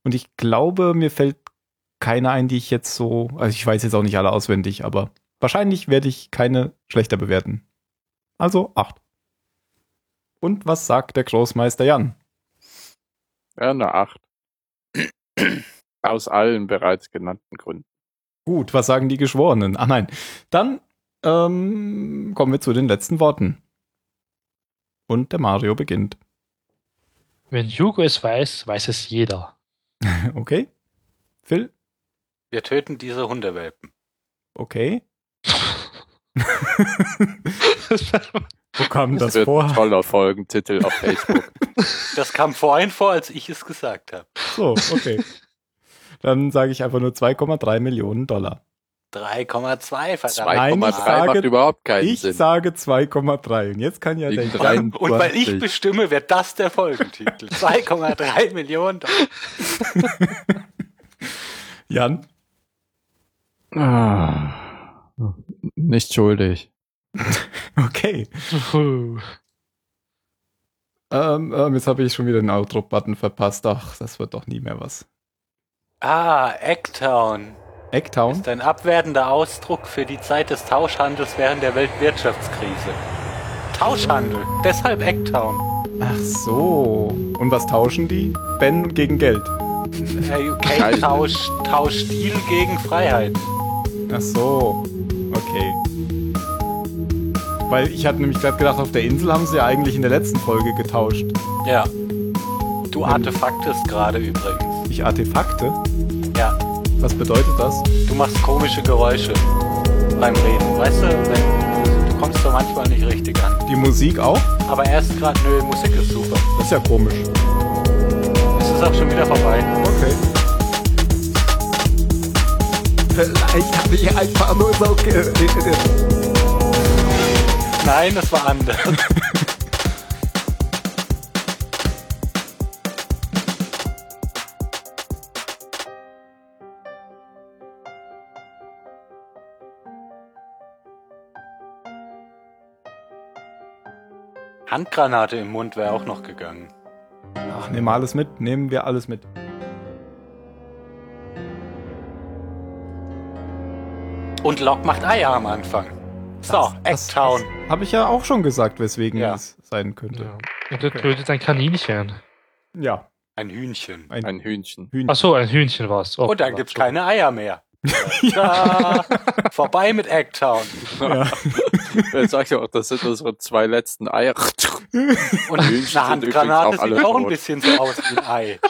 Und ich glaube, mir fällt keine ein, die ich jetzt so. Also ich weiß jetzt auch nicht alle auswendig, aber wahrscheinlich werde ich keine schlechter bewerten. Also acht. Und was sagt der Großmeister Jan? Ja, eine Acht. Aus allen bereits genannten Gründen. Gut, was sagen die Geschworenen? Ach nein. Dann ähm, kommen wir zu den letzten Worten. Und der Mario beginnt. (laughs) Wenn Hugo es weiß, weiß es jeder. Okay. Phil? Wir töten diese Hundewelpen. Okay. das Wo kam das, wird ein vor? toller Folgentitel auf Facebook. Das kam vorhin vor, als ich es gesagt habe. So, okay. Dann sage ich einfach nur 2,3 Millionen Dollar. 3,2 verdammt. 2,3 ich sage- macht überhaupt keinen ich Sinn. sage 2,3. Und jetzt kann ja Wegen der drei- Jan, Und weil ich 20. bestimme, wird das der Folgentitel. 2,3 Millionen Dollar. Jan, Ah, nicht schuldig. okay. Ähm, ähm, jetzt habe ich schon wieder den Outro-Button verpasst. Ach, das wird doch nie mehr was. Ah, Ecktown Ecktown? ist ein abwertender Ausdruck für die Zeit des Tauschhandels während der Weltwirtschaftskrise. Tauschhandel, deshalb Ecktown. Ach so. Und was tauschen die? Ben gegen Geld. Äh, Geil. UK tauscht tauscht Stil gegen Freiheit. Ach so. Okay. Weil ich hatte nämlich gerade gedacht, auf der Insel haben sie ja eigentlich in der letzten Folge getauscht. Ja. Du artefaktest gerade übrigens. Ich Artefakte? Ja. Was bedeutet das? Du machst komische Geräusche. beim Reden. Weißt du, wenn, du kommst da manchmal nicht richtig an. Die Musik auch? Aber erst gerade, nö, Musik ist super. Das ist ja komisch. Es ist auch schon wieder vorbei. Okay. Vielleicht habe ich einfach nur so geredet. Nein, das war anders. Handgranate im Mund wäre auch noch gegangen. Ach, nehmen wir alles mit. Nehmen wir alles mit. Und Locke macht Eier am Anfang. So, Das- Oh, Ecktown. Das habe ich ja auch schon gesagt, weswegen Ja. es sein könnte. Ja. Und er tötet ein Kaninchen. Ja, Ein Hühnchen. ein, Ein Hühnchen. Hühnchen. Achso, ein Hühnchen war Oh, es. Und dann gibt's keine Eier mehr. Da, vorbei mit Ecktown. Ja. Äh, Jetzt sag ich auch, das sind unsere zwei letzten Eier. Und eine (laughs) Hühnchen sind übrigens Handgranate auch alle sieht auch ein tot. bisschen so aus wie ein (laughs) Ei.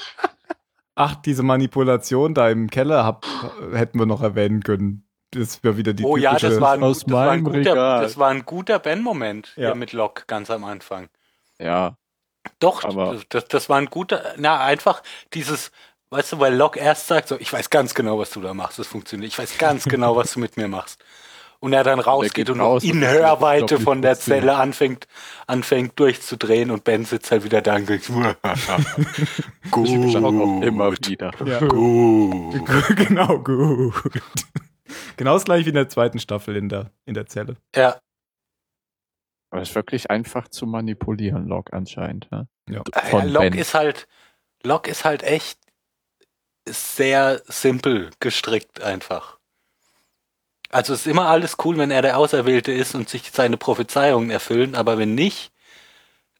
Ach, diese Manipulation da im Keller hab, hätten wir noch erwähnen können. Das wäre wieder die Oh ja, typische- das war ein, aus gut- das war ein meinem guter, Regal. das war ein guter Ben-Moment Ja. hier mit Locke ganz am Anfang. Ja, Doch, Aber- das- das, das war ein guter, na, einfach dieses, weißt du, weil Locke erst sagt so, ich weiß ganz genau, was du da machst, das funktioniert, ich weiß (laughs) ganz genau, was du mit mir machst. Und er dann rausgeht geht und raus in und- Hörweite Doppelt von der funktioniert. Zelle anfängt, anfängt durchzudrehen und Ben sitzt halt wieder da und (laughs) denkt, (laughs) gut, ich mich Oh. auch immer wieder. Ja. (laughs) gut. genau, gut. Genau das gleiche wie in der zweiten Staffel in der, in der Zelle. Ja, Aber es ist wirklich einfach zu manipulieren, Log anscheinend. Ne? Ja. ja, Locke Ben. Äh, ist halt, Locke ist halt echt sehr simpel gestrickt einfach. Also es ist immer alles cool, wenn er der Auserwählte ist und sich seine Prophezeiungen erfüllen, aber wenn nicht,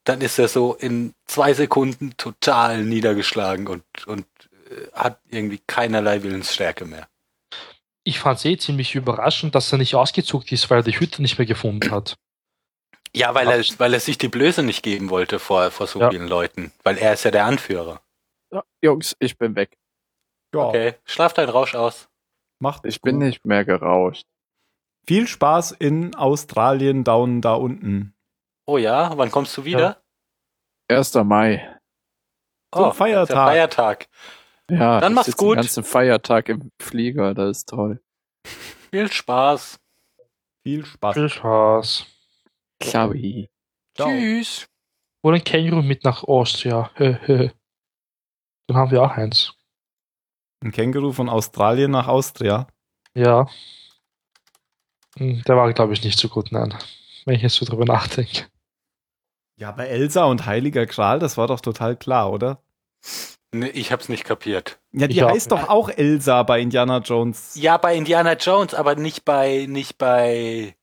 dann ist er so in zwei Sekunden total niedergeschlagen und, und äh, hat irgendwie keinerlei Willensstärke mehr. Ich fand es eh ziemlich überraschend, dass er nicht ausgezuckt ist, weil er die Hütte nicht mehr gefunden hat. Ja, weil er, weil er sich die Blöße nicht geben wollte vor, vor so Ja. vielen Leuten, weil er ist ja der Anführer. Ja, Jungs, ich bin weg. Ja, Okay, schlaf deinen halt Rausch aus. macht Ich Oh. bin nicht mehr gerauscht. Viel Spaß in Australien, down da unten. Oh ja, wann kommst du wieder? 1. Mai. das Zum Oh, ist ja Feiertag. Feiertag. Ja, Dann ich mach's sitz gut. Den ganzen Feiertag im Flieger, das ist toll. Viel Spaß. Viel Spaß. Viel Spaß. Klabi. Ciao. Tschüss. Oder ein Känguru mit nach Austria. Hö, hö. Dann haben wir auch eins. Ein Känguru von Australien nach Austria. Ja. Hm, Der war, glaube ich, nicht so gut, nein. Wenn ich jetzt so drüber nachdenke. Ja, bei Elsa und Heiliger Kral, das war doch total klar, oder? Nee, ich hab's nicht kapiert. Ja, die Ich auch heißt doch auch Elsa bei Indiana Jones. Ja, bei Indiana Jones, aber nicht bei, nicht bei.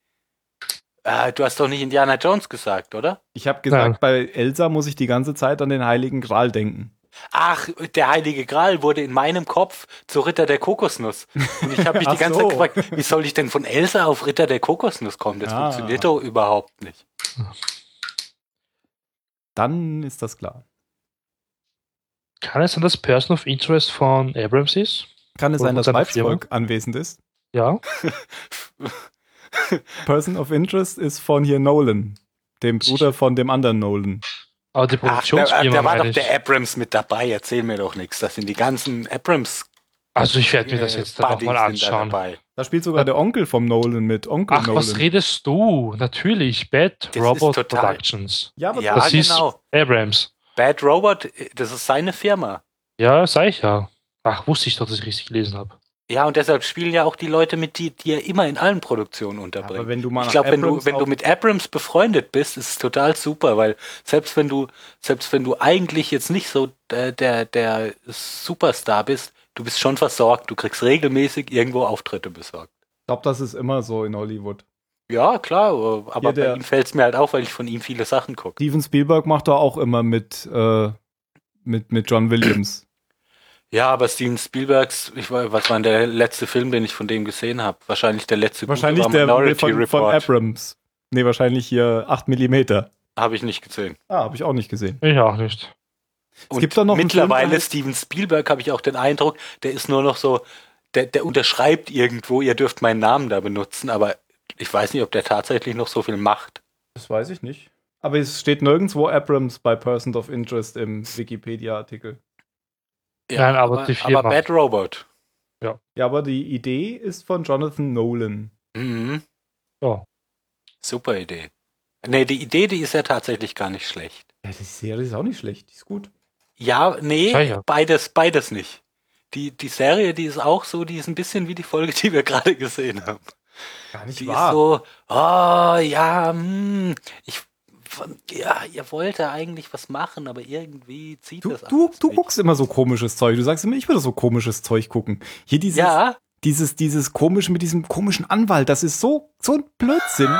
Äh, du hast doch nicht Indiana Jones gesagt, oder? Ich habe gesagt, Nein. bei Elsa muss ich die ganze Zeit an den Heiligen Gral denken. Ach, der Heilige Gral wurde in meinem Kopf zu Ritter der Kokosnuss. Und ich (laughs) habe mich die Ach ganze so. Zeit gefragt, wie soll ich denn von Elsa auf Ritter der Kokosnuss kommen? Das Ah. funktioniert doch überhaupt nicht. Dann ist das klar. Kann es sein, dass Person of Interest von Abrams ist? Kann es Und sein, dass seine Weibsvolk anwesend ist? Ja. Person of Interest ist von hier Nolan, dem Bruder von dem anderen Nolan. Aber die Ach, da, Produktionsfirma da war meine doch ich. Ah, der Abrams mit dabei. Erzähl mir doch nichts. Das sind die ganzen Abrams. Also ich werde mir das äh, jetzt dann auch Buddies mal sind da anschauen. dabei. Da spielt sogar der Onkel vom Nolan mit. Onkel Ach, Nolan. was redest du? Natürlich, Bad Das ist Robot total- Productions. ja, aber Ja, das genau. ist Abrams. Bad Robot, das ist seine Firma. Ja, sag ich ja. Ach, wusste ich doch, dass ich richtig gelesen habe. Ja, und deshalb spielen ja auch die Leute mit, die, die er immer in allen Produktionen aber unterbringt. wenn du mal ich glaube, wenn du, Abrams wenn du auf- mit Abrams befreundet bist, ist es total super, weil selbst wenn du, selbst wenn du eigentlich jetzt nicht so der, der, der Superstar bist, du bist schon versorgt. Du kriegst regelmäßig irgendwo Auftritte besorgt. Ich glaube, das ist immer so in Hollywood. Ja, klar, aber Hier bei der- ihm fällt es mir halt auf, weil ich von ihm viele Sachen gucke. Steven Spielberg macht da auch immer mit, äh, mit, mit John (clears throat) Williams. Ja, aber Steven Spielbergs, ich weiß, was war denn der letzte Film, den ich von dem gesehen habe? Wahrscheinlich der letzte gute wahrscheinlich war der Minority von, von Report. Abrams. Nee, wahrscheinlich hier 8 mm. Habe ich nicht gesehen. Ah, habe ich auch nicht gesehen. Ich auch nicht. Und gibt doch noch einen mittlerweile Film, der heißt- Steven Spielberg habe ich auch den Eindruck, der ist nur noch so der, der unterschreibt irgendwo, ihr dürft meinen Namen da benutzen, aber ich weiß nicht, ob der tatsächlich noch so viel macht. Das weiß ich nicht. Aber es steht nirgendwo Abrams bei Person of Interest im Wikipedia-Artikel. Nein, aber die Firma. aber Bad Robot. Ja, aber die Idee ist von Jonathan Nolan. Mhm. Ja. Super Idee. Nee, die Idee, die ist ja tatsächlich gar nicht schlecht. Ja, die Serie ist auch nicht schlecht, die ist gut. Ja, nee, Ja, ja. beides, beides nicht. Die, die Serie, die ist auch so, die ist ein bisschen wie die Folge, die wir (laughs) gerade gesehen haben. Gar nicht Die wahr. ist so, oh ja, hm, ich, ja, ihr wollt ja eigentlich was machen, aber irgendwie zieht du, das du, alles du nicht. guckst immer so komisches Zeug. Du sagst immer, ich würde so komisches Zeug gucken. Hier dieses, Ja, dieses, dieses komische mit diesem komischen Anwalt, das ist so, so ein Blödsinn.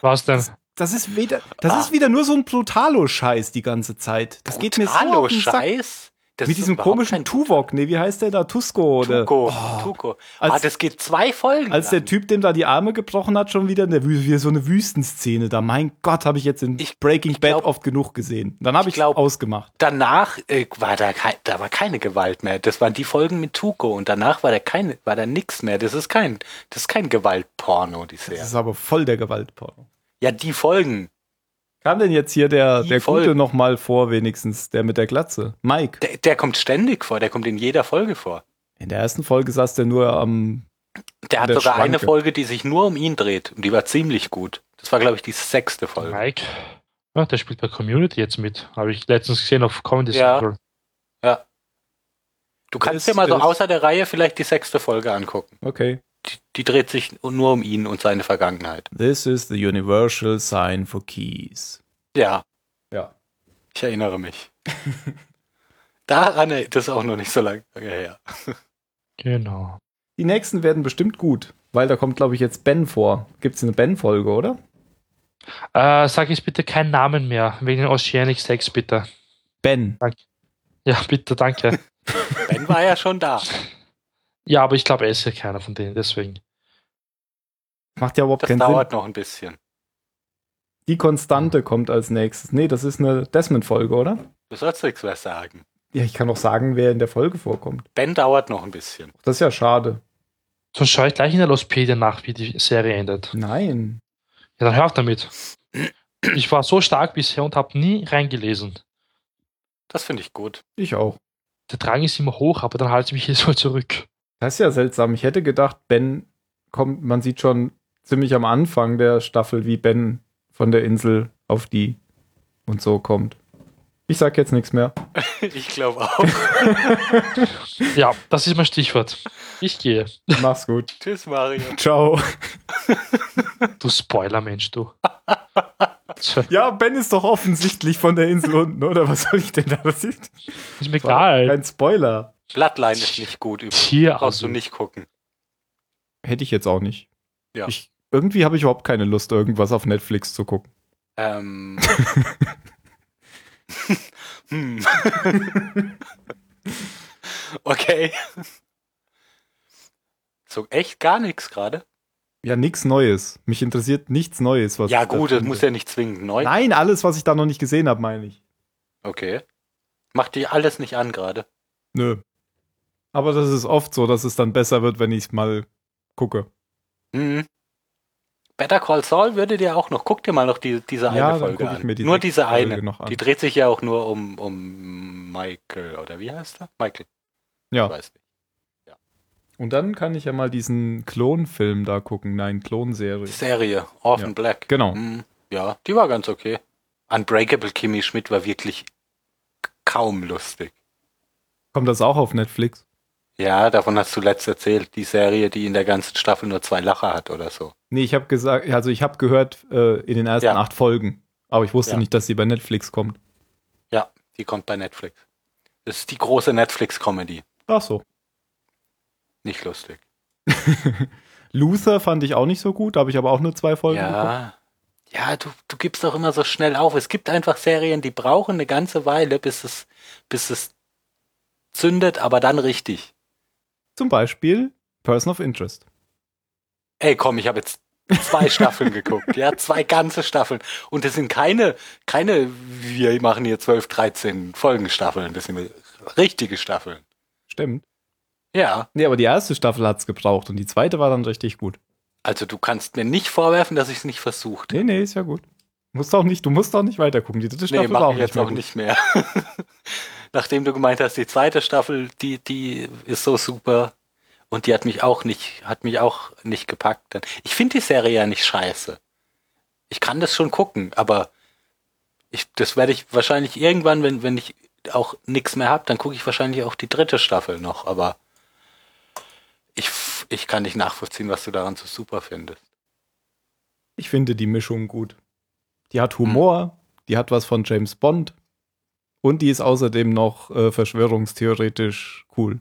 Was (laughs) denn? Das ist wieder, das ist wieder nur so ein Brutalo-Scheiß die ganze Zeit. Das geht mir so hallo, auf den Sack. Scheiß. Das Mit ist diesem überhaupt komischen kein Tuvok, nee, wie heißt der da? Tusko oder? Tuko, Oh, Tuko. ah, als- das geht zwei Folgen Als der lang. Typ, dem da die Arme gebrochen hat, schon wieder in der Wüste, wieder so eine Wüstenszene da. Mein Gott, habe ich jetzt in Ich- Breaking ich glaub- Bad oft genug gesehen. Dann habe Ich ich, glaub- ausgemacht. Danach äh, war da, kei- da war keine Gewalt mehr. Das waren die Folgen mit Tuko und danach war da keine, war da nix mehr. Das ist kein, das ist kein Gewaltporno, die Das Serie. ist aber voll der Gewaltporno. Ja, die Folgen. Kam denn jetzt hier der, Die der Gute Folgen. noch mal vor, wenigstens? Der mit der Glatze. Mike. Der, der kommt ständig vor, der kommt in jeder Folge vor. In der ersten Folge saß der nur am. Der hat Der sogar eine Schwanke. Folge, die sich nur um ihn dreht. Und die war ziemlich gut. Das war, glaube ich, die sechste Folge. Mike? Ja, der spielt bei Community jetzt mit. Habe ich letztens gesehen auf Comedy Ja. Central. Du kannst Ist- dir mal so ist- außer der Reihe vielleicht die sechste Folge angucken. Okay. Die, die dreht sich nur um ihn und seine Vergangenheit. This is the universal sign for keys. Ja, Ja. ich erinnere mich. (laughs) Daran, er- das ist auch noch nicht so lange her. Genau. Die nächsten werden bestimmt gut, weil da kommt, glaube ich, jetzt Ben vor. Gibt es eine Ben-Folge, oder? Äh, sag jetzt bitte keinen Namen mehr, wegen den Oceanic Sex, bitte. Ben. Ja, bitte, danke. Ben war ja schon da. ja, aber ich glaube, er ist ja keiner von denen, deswegen. Macht ja überhaupt Das keinen dauert Sinn. noch ein bisschen. Die Konstante kommt als nächstes. Nee, das ist eine Desmond-Folge, oder? Du sollst nichts mehr sagen. Ja, ich kann auch sagen, wer in der Folge vorkommt. Ben dauert noch ein bisschen. Das ist ja schade. Sonst schaue ich gleich in der Lostpedia nach, wie die Serie endet. Nein. Ja, dann hör auf damit. Ich war so stark bisher und habe nie reingelesen. Das finde ich gut. (laughs) Ich auch. Der Drang ist immer hoch, aber dann halte ich mich jedes Mal zurück. Das ist ja seltsam. Ich hätte gedacht, Ben kommt, man sieht schon ziemlich am Anfang der Staffel, wie Ben von der Insel auf die und so kommt. Ich sag jetzt nichts mehr. Ich glaube auch. Ja, das ist mein Stichwort. Ich gehe. Mach's gut. Tschüss, Mario. Ciao. Du Spoiler-Mensch, du. Tja, Ja, Ben ist doch offensichtlich von der Insel unten, oder? Was soll ich denn da? Das ist ist mir egal. kein Spoiler. Bloodline ist nicht gut übrigens. Tier Brauchst du also. nicht gucken. Hätte ich jetzt auch nicht. Ja. Ich, irgendwie habe ich überhaupt keine Lust, irgendwas auf Netflix zu gucken. Ähm. hm. (laughs) okay. So echt gar nichts gerade. Ja, nichts Neues. Mich interessiert nichts Neues, was Ja ich da gut, das finde. muss ja nicht zwingend neu. Nein, alles, was ich da noch nicht gesehen habe, meine ich. Okay. Macht dir alles nicht an gerade. Nö. Aber das ist oft so, dass es dann besser wird, wenn ich mal gucke. Mhm. Better Call Saul würde dir auch noch. Guck dir mal noch die, diese eine ja, dann Folge gucke ich an. mir die nur sechste diese Folge eine. noch an. Die dreht sich ja auch nur um, um Michael oder wie heißt er? Michael. Ja. Ich weiß nicht. Und dann kann ich ja mal diesen Klonfilm da gucken. Nein, Klonserie. Die Serie Orphan Ja. Black. Genau. Hm, Ja, die war ganz okay. Unbreakable Kimmy Schmidt war wirklich k- kaum lustig. Kommt das auch auf Netflix? Ja, davon hast du letzt erzählt, die Serie, die in der ganzen Staffel nur zwei Lacher hat oder so. Nee, ich habe gesagt, also ich habe gehört äh, in den ersten Ja. acht Folgen. Aber ich wusste Ja. nicht, dass sie bei Netflix kommt. Ja, die kommt bei Netflix. Das ist die große Netflix-Comedy. Ach so. Nicht lustig. Luther fand ich auch nicht so gut, da habe ich aber auch nur zwei Folgen geguckt. Ja. Ja, du, du gibst doch immer so schnell auf. Es gibt einfach Serien, die brauchen eine ganze Weile, bis es, bis es zündet, aber dann richtig. Zum Beispiel Person of Interest. Ey, komm, ich habe jetzt zwei Staffeln geguckt, ja, zwei ganze Staffeln. Und das sind keine, keine, wir machen hier 12, 13 Folgenstaffeln, das sind richtige Staffeln. Stimmt. Ja, Nee, aber die erste Staffel hat's gebraucht und die zweite war dann richtig gut. also du kannst mir nicht vorwerfen, dass ich es nicht versucht Nee, nee, ist ja gut. Musst auch nicht, du musst auch nicht weitergucken. Die dritte Nee, Staffel war mach auch ich nicht jetzt mehr auch gut. nicht mehr. (laughs) Nachdem du gemeint hast, die zweite Staffel, die, die ist so super und die hat mich auch nicht, hat mich auch nicht gepackt. Ich finde die Serie ja nicht scheiße. Ich kann das schon gucken, aber ich, das werde ich wahrscheinlich irgendwann, wenn, wenn ich auch nichts mehr habe, dann gucke ich wahrscheinlich auch die dritte Staffel noch, aber ich, f- ich kann nicht nachvollziehen, was du daran so super findest. Ich finde die Mischung gut. Die hat Hm. Humor, die hat was von James Bond und die ist außerdem noch äh, verschwörungstheoretisch cool.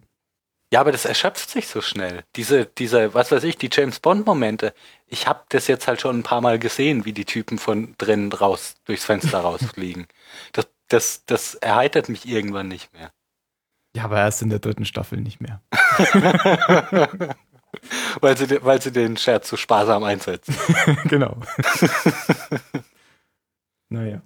Ja, aber das erschöpft sich so schnell. Diese, diese, was weiß ich, die James Bond-Momente. Ich habe das jetzt halt schon ein paar Mal gesehen, wie die Typen von drinnen raus, durchs (laughs) Fenster rausfliegen. Das, das, das erheitert mich irgendwann nicht mehr. Ja, aber erst in der dritten Staffel nicht mehr. Weil sie, de- weil sie den Scherz so sparsam einsetzen. (laughs) genau. naja.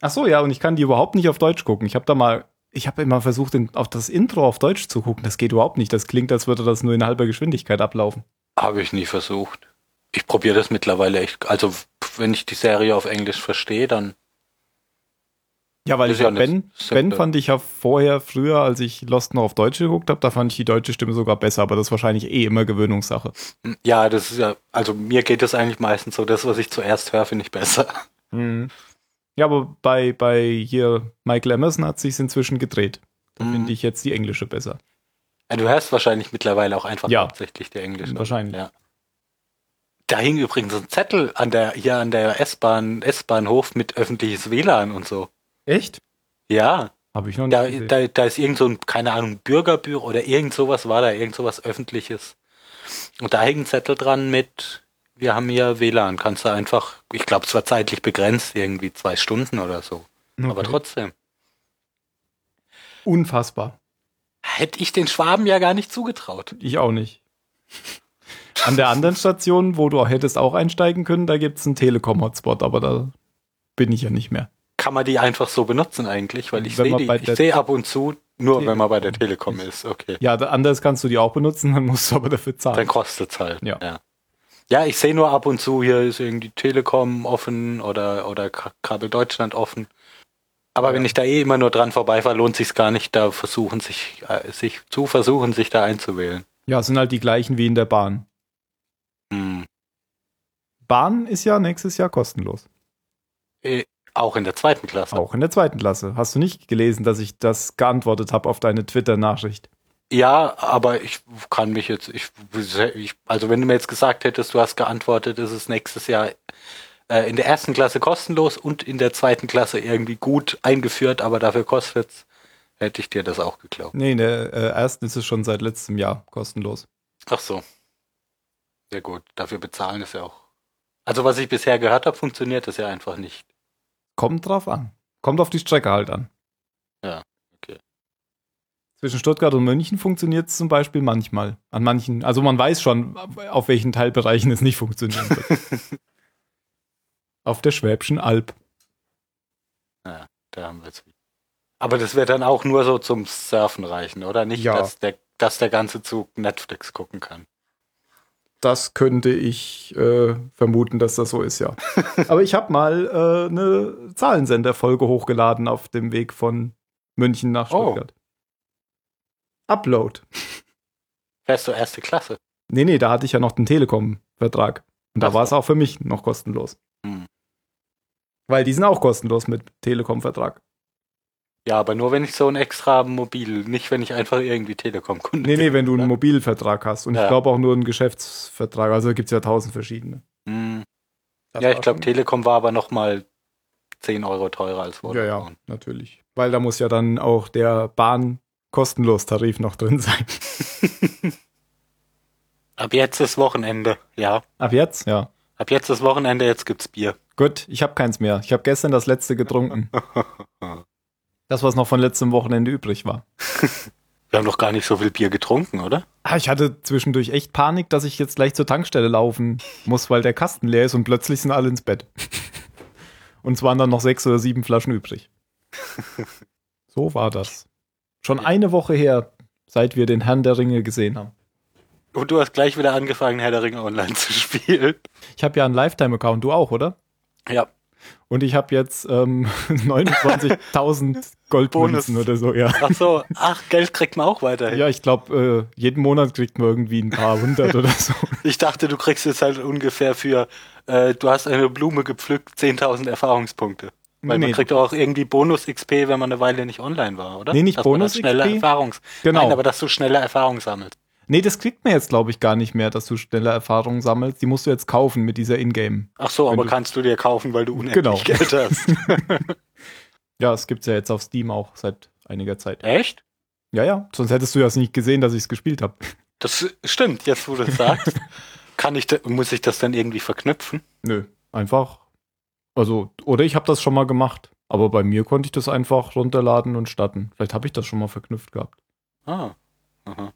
Ach so, ja, und ich kann die überhaupt nicht auf Deutsch gucken. Ich habe da mal, ich habe immer versucht, in- auf das Intro auf Deutsch zu gucken. Das geht überhaupt nicht. Das klingt, als würde das nur in halber Geschwindigkeit ablaufen. Habe ich nie versucht. Ich probiere das mittlerweile echt. Also, wenn ich die Serie auf Englisch verstehe, dann. Ja, weil Das ich ist ja ja eine Ben, simple- Ben fand ich ja vorher, früher, als ich Lost nur auf Deutsch geguckt habe, da fand ich die deutsche Stimme sogar besser, aber das ist wahrscheinlich eh immer Gewöhnungssache. hm, Ja, das ist ja. Also, mir geht das eigentlich meistens so. Das, was ich zuerst höre, finde ich besser. Mhm. Ja, aber bei, bei hier Michael Emerson hat sich's inzwischen gedreht. Da Mhm. finde ich jetzt die englische besser. Ja, Du hörst wahrscheinlich mittlerweile auch einfach Ja. hauptsächlich die englischen. Wahrscheinlich. Ja. Da hing übrigens ein Zettel an der, hier an der S-Bahn, S-Bahnhof mit öffentliches WLAN und so. Echt? Ja, Habe ich noch nicht da, gesehen. da, da ist irgend so ein, keine Ahnung, Bürgerbüro oder irgend sowas war da, irgend sowas Öffentliches. Und da hing ein Zettel dran mit, wir haben hier WLAN, kannst du einfach, ich glaube, es war zeitlich begrenzt, irgendwie zwei Stunden oder so. Aber Okay. trotzdem. Unfassbar. Hätte ich den Schwaben ja gar nicht zugetraut. Ich auch nicht. An der anderen Station, wo du auch hättest auch einsteigen können, da gibt's einen Telekom-Hotspot, aber da bin ich ja nicht mehr. kann man die einfach so benutzen eigentlich, weil ich Wenn sehe man die, bei ich der- sehe ab und zu nur, wenn man bei der Telekom Telekom ist. Okay, Ja, da- anders kannst du die auch benutzen, dann musst du aber dafür dann zahlen. kostet's halt. Ja. ja. Ja, ich sehe nur ab und zu hier ist irgendwie Telekom offen oder oder Ka- Kabel Deutschland offen. Aber wenn ich da eh immer nur dran vorbeifahre, lohnt sich's gar nicht, da versuchen sich äh, sich zu versuchen, sich da einzuwählen. Ja, es sind halt die gleichen wie in der Bahn. Hm. Bahn ist ja nächstes Jahr kostenlos. Äh, Auch in der zweiten Klasse. Auch in der zweiten Klasse. Hast du nicht gelesen, dass ich das geantwortet habe auf deine Twitter-Nachricht? Ja, aber ich kann mich jetzt, ich, ich, also wenn du mir jetzt gesagt hättest, du hast geantwortet, ist es nächstes Jahr äh, in der ersten Klasse kostenlos und in der zweiten Klasse irgendwie gut eingeführt, aber dafür kostet's, hätte ich dir das auch geglaubt. Nee, in der äh, ersten ist es schon seit letztem Jahr kostenlos. Ach so. Sehr gut, dafür bezahlen ist ja auch. Also was ich bisher gehört habe, funktioniert das ja einfach nicht. Kommt drauf an. Kommt auf die Strecke halt an. Ja, okay. Zwischen Stuttgart und München funktioniert es zum Beispiel manchmal. An manchen, also man weiß schon, auf welchen Teilbereichen es nicht funktionieren wird. (laughs) auf der Schwäbischen Alb. Da haben wir es. Aber das wird dann auch nur so zum Surfen reichen, oder? Nicht, Ja. dass, der, dass der ganze Zug Netflix gucken kann. Das könnte ich äh, vermuten, dass das so (laughs) ist, ja. Aber ich habe mal äh, eine Zahlensender-Folge hochgeladen auf dem Weg von München nach Oh. Stuttgart. Upload. Fährst du erste Klasse? Nee, nee, da hatte ich ja noch den Telekom-Vertrag. Und Ach da so. war es auch für mich noch kostenlos. Hm. Weil die sind auch kostenlos mit Telekom-Vertrag. Ja, aber nur wenn ich so ein extra Mobil, nicht wenn ich einfach irgendwie Telekom-Kunde ne? Nee, nee, wenn du einen oder? Mobilvertrag hast. Und Ja. ich glaube auch nur einen Geschäftsvertrag. Also gibt es ja tausend verschiedene. bin. Hm. Ja, ich glaube, Telekom war aber nochmal 10 Euro teurer als Ja, Vodafone. ja, natürlich. Weil da muss ja dann auch der Bahn-Kostenlos-Tarif noch drin sein. Ab jetzt ist Wochenende, ja. Ab jetzt? Ja. Ab jetzt ist Wochenende, jetzt gibt's (laughs) Bier. Gut, ich habe keins mehr. Ich habe gestern das letzte getrunken. Das, was noch von letztem Wochenende übrig war. Wir haben doch gar nicht so viel Bier getrunken, oder? Ah, ich hatte zwischendurch echt Panik, dass ich jetzt gleich zur Tankstelle laufen muss, weil der Kasten leer ist und plötzlich sind alle ins Bett. Und es waren dann noch sechs (laughs) oder sieben Flaschen übrig. So war das. Schon eine Woche her. seit wir den Herrn der Ringe gesehen haben. Und du hast gleich wieder angefangen, Herr der Ringe online zu spielen. Ich habe ja einen Lifetime-Account, du auch, oder? Ja. Und ich habe jetzt ähm, (laughs) (laughs) 29.000 Goldmünzen Bonus. oder so, ja. Ach so, ach, Geld kriegt man auch weiterhin. Ja, ich glaube, äh, jeden Monat kriegt man irgendwie ein (laughs) paar hundert oder so. Ich dachte, du kriegst jetzt halt ungefähr für, äh, du hast eine Blume gepflückt, 10.000 Erfahrungspunkte. Weil man kriegt auch irgendwie Bonus-XP, wenn man eine Weile nicht online war, oder? Nee, nicht Dass man das Bonus-XP. schneller Erfahrungs genau. Nein, aber dass du schneller Erfahrung sammelst. nee, das kriegt man jetzt, glaube ich, gar nicht mehr, dass du schneller Erfahrung sammelst. Die musst du jetzt kaufen mit dieser Ingame. Ach so, Wenn aber du- kannst du dir kaufen, weil du unendlich Genau. Geld (laughs) hast. Ja, das gibt's ja jetzt auf Steam auch seit einiger Zeit. Echt? Ja, ja. Sonst hättest du ja nicht gesehen, dass ich's gespielt habe. Das stimmt, jetzt wo du das sagst. Kann ich, da- muss ich das dann irgendwie verknüpfen? (laughs) Nö, einfach. Also, oder ich habe das schon mal gemacht. Aber bei mir konnte ich das einfach runterladen und starten. Vielleicht habe ich das schon mal verknüpft gehabt. Ah. Aha.